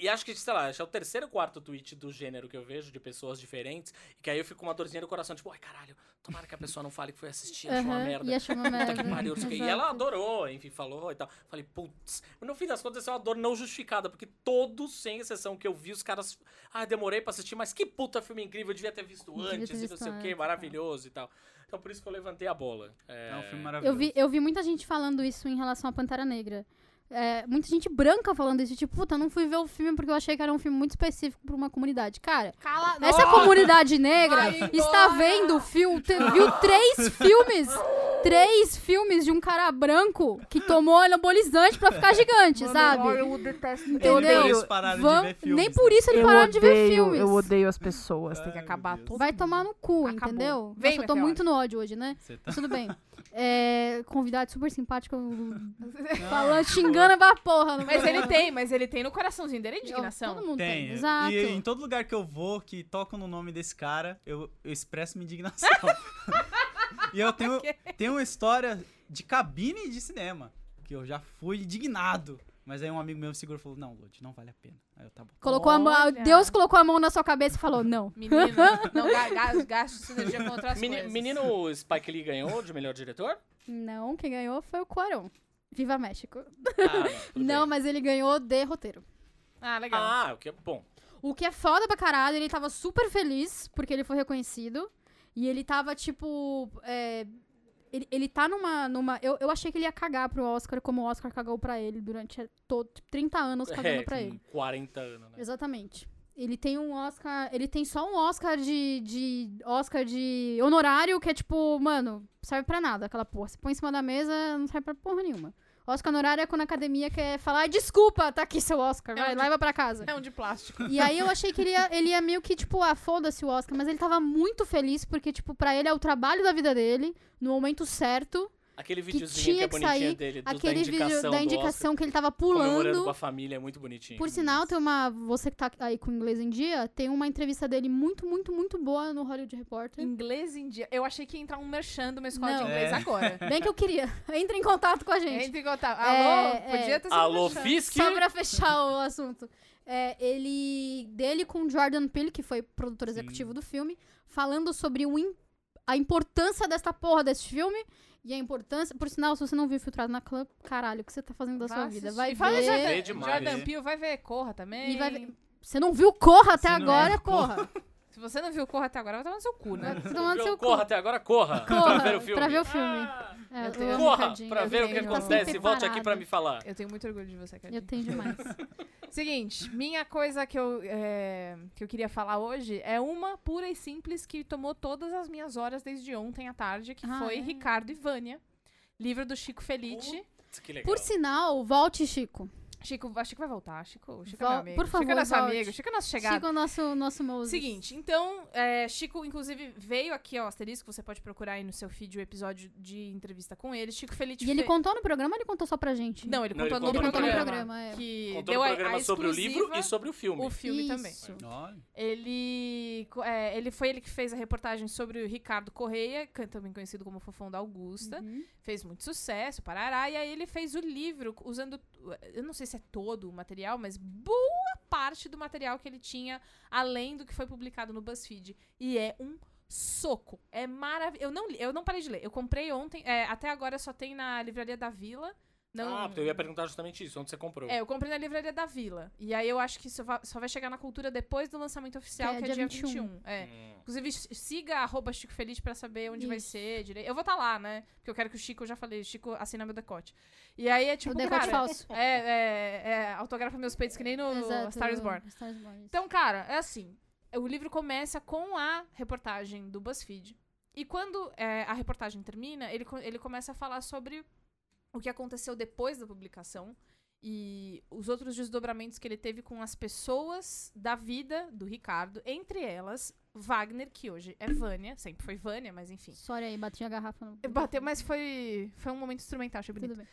S3: E acho que, sei lá, acho que é o terceiro ou quarto tweet do gênero que eu vejo, de pessoas diferentes, e que aí eu fico com uma dorzinha no coração, tipo, ai caralho, tomara que a pessoa não fale que foi assistir, [laughs] achou uma
S4: Aham,
S3: merda.
S4: E achou uma merda.
S3: Puta que pariu, não sei o quê. E
S4: Exato.
S3: ela é adorou, enfim, falou e tal. Falei, putz. No fim das contas, essa é uma dor não justificada, porque todos, sem exceção, que eu vi, os caras. Ah, demorei pra assistir, mas que puta filme incrível, eu devia ter visto
S4: Devia ter
S3: antes, e não
S4: visto
S3: sei o
S4: antes tá."
S3: quê,
S4: e tal.
S3: maravilhoso e tal. Então por isso que eu levantei a bola. É,
S5: É um filme
S4: Eu
S5: maravilhoso.
S4: vi, eu vi muita gente falando isso em relação à Pantera Negra. É, muita gente branca falando isso, tipo, puta, eu não fui ver o filme porque eu achei que era um filme muito específico pra uma comunidade. Cara,
S2: Cala a
S4: essa é comunidade negra
S2: Vai embora!
S4: está vendo o filme, te- viu
S3: [laughs]
S4: três filmes, três filmes de um cara branco que tomou anabolizante pra ficar gigante, sabe?
S1: Eu detesto.
S5: Nem por
S4: Entendeu?
S5: isso pararam
S4: Vam-
S5: de ver filmes,
S4: Nem
S3: né?
S4: por isso ele parou de ver filmes.
S1: Eu odeio as pessoas. Tem que
S5: Ai, meu
S1: acabar
S5: Deus.
S1: tudo.
S4: Vai tomar no cu,
S2: Acabou.
S4: entendeu?
S2: Vem,
S4: Nossa, eu tô
S2: Meteoro.
S4: muito no ódio hoje, né?
S5: Você tá...
S4: Mas tudo bem. É, convidado super simpático, falando, xingando pra porra. no
S2: [laughs] Mas
S4: programa.
S2: ele tem, mas ele tem no coraçãozinho dele a
S4: Todo
S2: indignação.
S4: mundo tem,
S5: Tem. é,
S4: exato.
S5: E em todo lugar que eu vou, que tocam no nome desse cara, eu, eu expresso minha indignação. [laughs] e eu tenho, tenho uma história de cabine de cinema, que eu já fui indignado. Mas aí um amigo meu segurou e falou, não, Lud, não vale a pena. Aí eu, tá bom.
S4: Colocou a mão,
S2: Olha.
S4: Deus colocou a mão na sua cabeça e falou, não.
S2: Menino, não ga- ga- gaste sua energia com outras
S3: Meni-
S2: coisas.
S3: menino Spike Lee ganhou de melhor [laughs] diretor?
S4: Não, quem ganhou foi o Cuarão. Viva México.
S3: Ah, não, tudo
S4: Não,
S3: bem.
S4: mas ele ganhou de roteiro.
S2: Ah, legal.
S3: Ah, o que é bom.
S4: O que é foda pra caralho, ele tava super feliz porque ele foi reconhecido. E ele tava, tipo. é, ele, ele tá numa. numa eu, eu achei que ele ia cagar pro Oscar, como o Oscar cagou pra ele durante todo, tipo, 30 anos cagando
S3: É,
S4: pra
S3: com
S4: ele.
S3: 40 anos, né?
S4: Exatamente. Ele tem um Oscar. Ele tem só um Oscar de. de Oscar de honorário que é tipo, mano, serve pra nada aquela porra. Você põe em cima da mesa, não serve pra porra nenhuma. Oscar honorário é quando a academia quer falar, "Ai, desculpa, tá aqui seu Oscar,
S2: É
S4: vai,
S2: onde-
S4: leva pra casa.
S2: É um de plástico.
S4: E aí eu achei que ele ia, ele ia meio que, tipo, ah, foda-se o Oscar, mas ele tava muito feliz, porque, tipo, pra ele é o trabalho da vida dele, no momento certo.
S3: Aquele
S4: Que
S3: videozinho que,
S4: tinha
S3: é
S4: que
S3: bonitinho
S4: sair,
S3: dele, do,
S4: aquele
S3: da
S4: vídeo
S3: indicação,
S4: da
S3: do
S4: indicação que ele tava
S3: Oscar, comemorando com
S4: pulando.
S3: a família, é muito bonitinho.
S4: Por sinal, tem uma. Você que tá aí com inglês em dia, tem uma entrevista dele muito, muito, muito boa no Hollywood Reporter.
S2: Inglês em dia. Eu achei que ia entrar um merchan de uma escola de
S4: Não.
S2: inglês
S4: [laughs]
S5: É.
S2: agora.
S4: Bem que eu queria. Entre em contato com a gente.
S2: Entre em contato.
S4: É,
S2: Alô,
S4: é.
S2: podia ter sido
S3: Alô,
S2: um merchan.
S3: Fisk?
S4: Só pra fechar o assunto. É, ele. Dele com Jordan Peele, que foi produtor executivo do filme, falando sobre o im- a importância desta porra desse filme. E a importância. Por sinal, se você não viu Filtrado na Clã, caralho, o que você tá fazendo da sua vida?
S2: assistir.
S4: Vai
S2: e fala
S4: ver.
S3: Vê
S2: Jordan,
S3: demais.
S2: Jordan Peele, vai ver Corra também.
S4: E vai ver- Você não viu Corra até
S5: Se não
S4: agora,
S5: é,
S4: corra.
S2: Se você não viu Corra até agora, vai tomar no seu cu,
S3: [laughs]
S2: né?
S4: Você tá tomando
S3: Viu?
S4: seu cu.
S3: corra até agora, corra, tá pra
S4: Corra,
S3: ver o filme.
S4: pra ver o filme.
S3: Ah!
S4: É,
S2: Eu
S4: eu
S2: tenho-
S4: amo
S3: Corra
S4: Ricardinho,
S3: pra
S4: eu
S3: ver o que
S4: tenho.
S2: Tá sempre
S3: acontece e volte aqui
S4: preparado.
S3: pra me falar.
S2: Eu tenho muito orgulho de você, Cadinho.
S4: Eu
S3: [laughs]
S4: tenho demais.
S2: Seguinte, minha coisa que eu, é, que eu queria falar hoje é uma pura e simples que tomou todas as minhas horas desde ontem à tarde, que
S4: Ah,
S2: foi
S4: é?
S2: Ricardo e Vânia, livro do Chico Felice.
S3: Putz, que legal.
S4: Por sinal, volte, Chico.
S2: Chico, vai- Chico vai voltar. Chico, Chico é
S4: Vol-
S2: meu amigo.
S4: por
S2: Chico é
S4: favor,
S2: nosso
S4: volte.
S2: amigo. Chico é nosso chegado.
S4: Siga o nosso, nosso Moses.
S2: Seguinte, então, é, Chico, inclusive, veio aqui, ó, asterisco, você pode procurar aí no seu feed o episódio de entrevista com ele. Chico Feliz.
S4: E ele
S2: fe-
S4: contou no programa ou ele contou só pra gente?
S2: Tipo, Não, ele
S3: Não,
S2: contou,
S3: ele
S2: no,
S4: ele contou
S2: programa,
S4: no programa. é.
S2: Que
S3: Contou
S2: deu
S3: um
S2: a- a
S3: programa sobre o livro
S2: exclusiva,
S3: e sobre o filme.
S2: o filme também.
S4: Isso.
S5: Olha.
S2: Ele, co- é, ele foi ele que fez a reportagem sobre o Ricardo Correia, que é também conhecido como Fofão da Augusta.
S4: Uhum.
S2: Fez muito sucesso, parará. E aí ele fez o livro usando, eu não sei se é todo o material, mas boa parte do material que ele tinha, além do que foi publicado no BuzzFeed. E é um soco. É maravilhoso. Eu não, li- eu não parei de ler. Eu comprei ontem, é, até agora só tem na Livraria da Vila. Não,
S3: Ah, eu ia perguntar justamente isso, onde você comprou.
S2: é, eu comprei na livraria da Vila. E aí eu acho que só va- só vai chegar na cultura depois do lançamento oficial,
S4: Que é
S2: que é,
S4: dia
S2: dia 21.
S4: 21.
S2: É.
S3: Hum.
S2: Inclusive, s- siga arroba Chico Feliz pra saber onde vai
S4: Isso.
S2: ser direito. Eu vou estar lá, né? Porque eu quero que o Chico, eu já falei, o Chico assina meu decote. E aí é tipo.
S4: o decote
S2: cara,
S4: falso.
S2: É, é, é, autografa meus peitos que nem no
S4: Exato,
S2: Star is
S4: do-
S2: Born.
S4: Star is Born, isso.
S2: Então, cara, é assim. O livro começa com a reportagem do BuzzFeed. E quando é, a reportagem termina, ele, co- ele começa a falar sobre o que aconteceu depois da publicação e os outros desdobramentos que ele teve com as pessoas da vida do Ricardo, entre elas Wagner, que hoje é Vânia, sempre foi Vânia, mas enfim.
S4: Sorry aí, bati a garrafa no.
S2: [laughs] Bateu, mas foi, foi um momento instrumental, achei bonito.
S4: Tudo bem.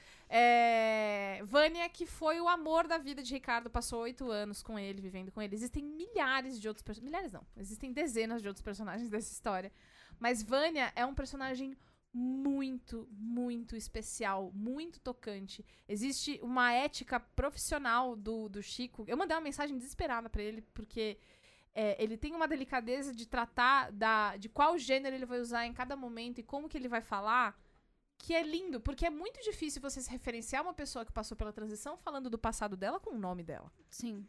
S2: É, Vânia, que foi o amor da vida de Ricardo, passou oito anos com ele, vivendo com ele. Existem milhares de outros personagens. Milhares não, existem dezenas de outros personagens dessa história. Mas Vânia é um personagem muito, muito especial, muito tocante. Existe uma ética profissional do, do Chico. Eu mandei uma mensagem desesperada pra ele, porque é, ele tem uma delicadeza de tratar da, de qual gênero ele vai usar em cada momento e como que ele vai falar, que é lindo, porque é muito difícil você se referenciar a uma pessoa que passou pela transição falando do passado dela com o nome dela.
S4: Sim.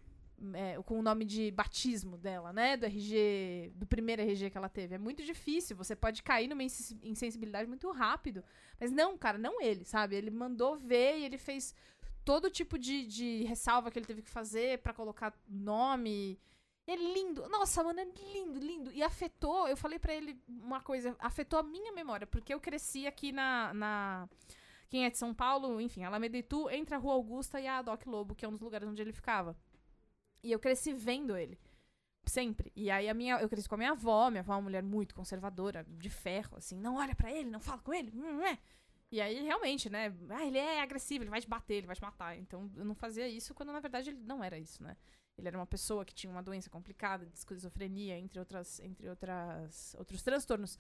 S2: É, com o nome de batismo dela, né? Do RG, do primeiro RG que ela teve. É muito difícil, você pode cair numa insensi- insensibilidade muito rápido. Mas não, cara, não ele, sabe? Ele mandou ver e ele fez todo tipo de, de ressalva que ele teve que fazer pra colocar nome. É lindo. Nossa, mano, é lindo, lindo. E afetou, eu falei pra ele uma coisa, afetou a minha memória, porque eu cresci aqui na. na- quem é de São Paulo, enfim, Alameda Itu, entre a Rua Augusta e a Doc Lobo, que é um dos lugares onde ele ficava. E eu cresci vendo ele. Sempre. E aí a minha, eu cresci com a minha avó, minha avó é uma mulher muito conservadora, de ferro, assim, não olha pra ele, não fala com ele. hum, é. E aí, realmente, né? Ah, ele é agressivo, ele vai te bater, ele vai te matar. Então, eu não fazia isso quando, na verdade, ele não era isso, né? Ele era uma pessoa que tinha uma doença complicada, de esquizofrenia, entre, outras, entre outras, outros transtornos.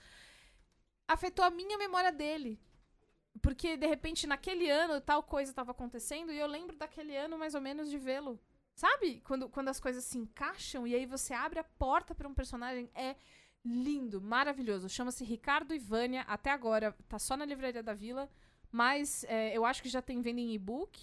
S2: Afetou a minha memória dele. Porque, de repente, naquele ano, tal coisa estava acontecendo e eu lembro daquele ano, mais ou menos, de vê-lo. Sabe? Quando, quando as coisas se encaixam e aí você abre a porta para um personagem, é lindo, maravilhoso. Chama-se Ricardo e Vânia. Até agora, tá só na Livraria da Vila. Mas é, eu acho que já tem venda em e-book.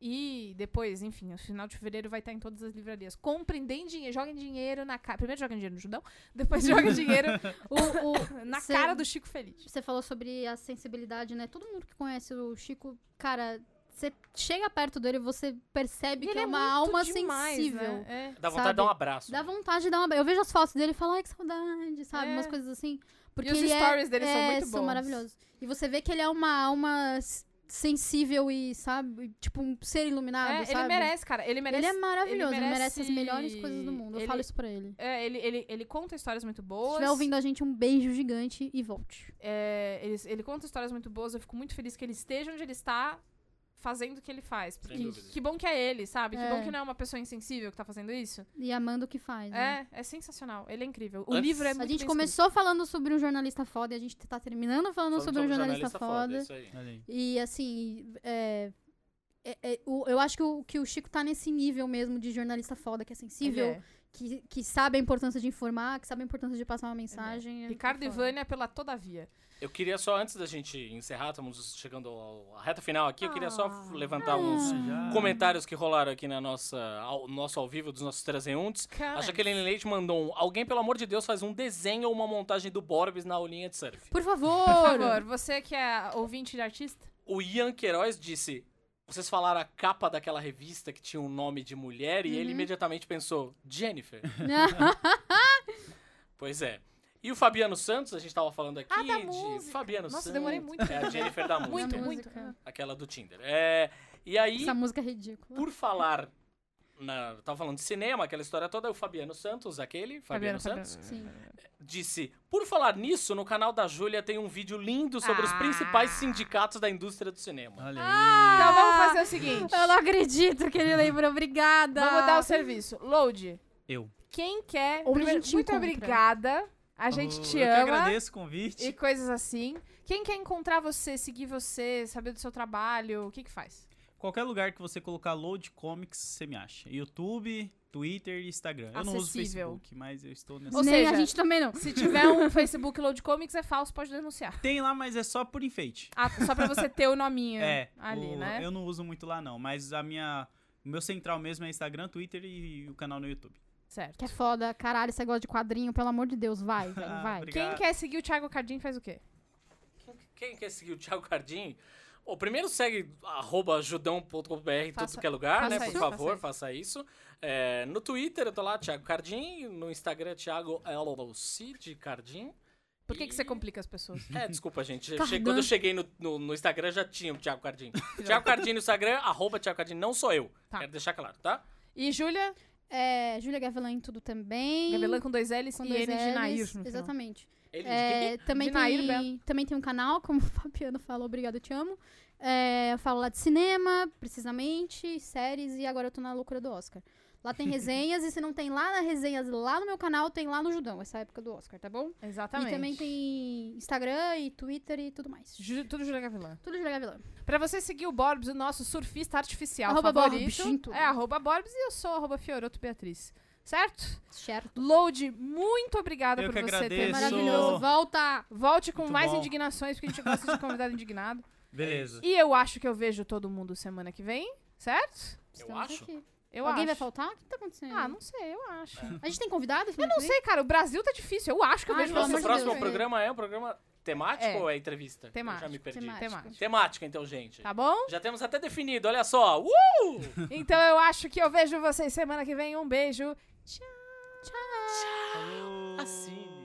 S2: E depois, enfim, no final de fevereiro vai estar em todas as livrarias. Comprem, deem dinheiro, joguem dinheiro na cara. Primeiro joguem dinheiro no Judão, depois [laughs] joguem dinheiro o- o- na
S4: Cê-
S2: cara do Chico Feliz.
S4: Você falou sobre a sensibilidade, né? Todo mundo que conhece o Chico, cara, você chega perto dele, você percebe
S2: E
S4: que é uma
S2: muito
S4: alma
S2: demais,
S4: sensível.
S2: né? É.
S3: Dá vontade de
S4: Sabe?
S3: dar um abraço.
S4: Dá vontade de dar uma. Eu vejo as fotos dele e falo, ai, que saudade, sabe?
S2: É.
S4: Umas coisas assim. Porque
S2: os
S4: ele é-
S2: stories dele são
S4: é,
S2: muito
S4: São
S2: bons.
S4: maravilhosos. E você vê que ele é uma alma s- sensível e, sabe, tipo um ser iluminado,
S2: É,
S4: sabe?
S2: ele merece, cara. Ele merece.
S4: Ele é maravilhoso, ele merece, as
S2: merece-
S4: melhores coisas do mundo. Eu
S2: ele-
S4: falo isso pra ele.
S2: é, ele, ele, ele conta histórias muito
S4: Se
S2: boas.
S4: estiver ouvindo a gente, um beijo gigante e volte.
S2: É, ele, ele conta histórias muito boas. Eu fico muito feliz que ele esteja onde ele está, fazendo o que ele faz. Porque
S3: Sem dúvida.
S2: que bom que é ele, sabe? Que
S4: É.
S2: bom que não é uma pessoa insensível que tá fazendo isso.
S4: E amando o que faz, né?
S2: É, é sensacional. Ele é incrível. O
S3: Antes-
S2: livro é
S3: A
S2: muito
S4: A gente
S2: bem
S4: começou falando sobre um jornalista foda e a gente tá terminando falando
S3: Falando
S4: sobre um jornalista, foda.
S3: isso aí.
S5: Olha aí.
S4: E assim, é, é- é- o- eu acho que o, que o Chico tá nesse nível mesmo de jornalista foda, que é
S2: escrito.
S4: sensível,
S2: Ele é.
S4: que, que sabe a importância de informar, que sabe a importância de passar uma mensagem. é
S2: Ricardo e
S4: foda.
S2: Vânia pela Todavia.
S3: Eu queria só, antes da gente encerrar, estamos chegando ao- à reta final aqui, eu queria só
S2: Ah.
S3: levantar uns
S5: Já-
S3: comentários que rolaram aqui na nossa, ao, nosso ao vivo dos nossos transeuntes. A Jaqueline Leite mandou um, alguém, pelo amor de Deus, faz um desenho ou uma montagem do Borbs na aulinha de surf.
S4: Por favor!
S2: Por favor, você que é ouvinte de artista,
S3: O Ian Queiroz disse, vocês falaram a capa daquela revista que tinha um nome de mulher e
S2: Uhum.
S3: ele imediatamente pensou, Jennifer. [laughs] Pois é. E o Fabiano Santos, a gente tava falando aqui
S2: Ah, da
S3: de
S2: música.
S3: Fabiano
S2: Nossa,
S3: Santos.
S2: demorei [laughs] muito.
S3: É a Jennifer da música.
S2: muito,
S4: música.
S2: muito.
S3: Aquela do Tinder. É, E aí,
S4: [laughs] Essa música é ridícula.
S3: por falar. Na, tava falando de cinema, aquela história toda, o Fabiano Santos, aquele, Fabiano, Santos,
S4: Sim.
S3: disse: Por falar nisso, no canal da Júlia tem um vídeo lindo sobre os
S2: Ah.
S3: principais sindicatos da indústria do cinema.
S5: Olha aí.
S2: Então vamos fazer o seguinte.
S4: Eu não acredito que ele lembrou. Obrigada.
S2: Vamos dar o serviço. Load.
S5: Eu.
S2: Quem quer.
S4: Onde a
S2: primeiro,
S4: gente
S2: muito
S4: encontra?
S2: obrigada. A gente
S5: Eu
S2: te
S5: que
S2: ama.
S5: agradeço o convite.
S2: E coisas assim. Quem quer encontrar você, seguir você, saber do seu trabalho, o que que faz?
S5: Qualquer lugar que você colocar Load Comics, você me acha. YouTube, Twitter e Instagram. Eu não uso
S2: Acessível.
S5: Facebook, mas eu estou nessa.
S2: Ou
S4: Nem
S2: seja,
S4: a gente também não.
S2: Se tiver
S4: [laughs]
S2: um Facebook Load Comics, é falso, pode denunciar.
S5: Tem lá, mas é só por enfeite.
S2: Ah, só pra você ter o nominho
S5: É.
S2: ali,
S5: o-
S2: né?
S5: Eu não uso muito lá, não. Mas a minha. O meu central mesmo é Instagram, Twitter e o canal no YouTube.
S2: Certo.
S4: Que é foda. Caralho, você gosta de quadrinho. Pelo amor de Deus, vai, velho,
S5: Ah,
S4: vai.
S5: obrigado.
S2: Quem quer seguir o Thiago Cardim faz o quê?
S3: Quem quer seguir o Thiago Cardim? O primeiro segue arroba judão.com.br em
S2: Faça-
S3: tudo que é lugar, né?
S2: faça
S3: Por
S2: isso,
S3: favor,
S2: faça
S3: faça isso. É, no Twitter eu tô lá, Thiago Cardim. No Instagram, Thiago LLC de Cardim.
S2: Por que,
S3: E-
S2: que você Tá complica as pessoas?
S3: É, desculpa, gente. Eu
S4: Cardan.
S3: che- Quando eu cheguei no, no, no Instagram, já tinha o
S2: [laughs]
S3: Thiago Cardim. Thiago Cardim no Instagram, arroba Thiago Cardim, não sou eu.
S2: Tá.
S3: Quero deixar claro, tá?
S2: E Júlia,
S4: É, Júlia Gavilan em tudo também.
S2: Gavilan com dois L's
S4: com
S2: e
S4: dois
S2: N de
S4: Ls,
S2: Nair. no final.
S4: Exatamente.
S3: Ele
S4: É, também,
S2: De Nair
S4: tem,
S2: Belo.
S4: também tem um canal, como [laughs] o Fabiano falou, obrigado, eu te amo. É, eu falo lá de cinema, precisamente, séries e agora eu tô na loucura do Oscar.
S2: [laughs]
S4: Lá tem resenhas e se não tem lá na resenhas, lá no meu canal, tem lá no Judão, essa época do Oscar, tá bom?
S2: Exatamente.
S4: E também tem Instagram e Twitter e tudo mais.
S2: Ju- tudo Júlia Gavilan.
S4: Tudo de Gavilã.
S2: Pra você seguir o Borbs, o nosso surfista artificial
S4: Arroba
S2: favorito.
S4: Borbs em tudo.
S2: é arroba Borbs e eu sou arroba Fioroto Beatriz. Certo?
S4: Certo.
S2: Load, muito obrigada
S5: Eu
S2: por
S5: que
S2: você ter
S5: agradeço.
S4: Maravilhoso, volta!
S2: Volte com
S5: Muito
S2: mais
S5: bom.
S2: indignações, porque a
S5: [laughs]
S2: gente gosta de convidado indignado.
S5: É Beleza.
S2: E eu acho que eu vejo todo mundo semana que vem, certo?
S3: acho.
S4: aqui.
S2: Eu
S4: Alguém vai
S2: acho.
S4: faltar? O que tá acontecendo?
S2: Ah, não sei, eu acho.
S4: A gente tem convidados? Eu
S2: Não sei, cara, o Brasil tá difícil. Eu acho que eu
S4: Ai,
S2: vejo
S4: pelo
S3: Nosso
S2: você
S4: amor de
S3: próximo
S4: Deus.
S3: programa é um programa temático
S2: É.
S3: ou é entrevista? Eu já me
S2: Temático,
S3: perdi.
S4: temático.
S2: temático.
S3: Temática, então, gente.
S2: Tá
S4: [laughs]
S2: bom?
S3: Já temos até definido, olha só. Uh!
S2: Então eu acho que eu vejo vocês semana que vem. Um beijo.
S4: Tchau!
S5: Falou.
S3: Assim.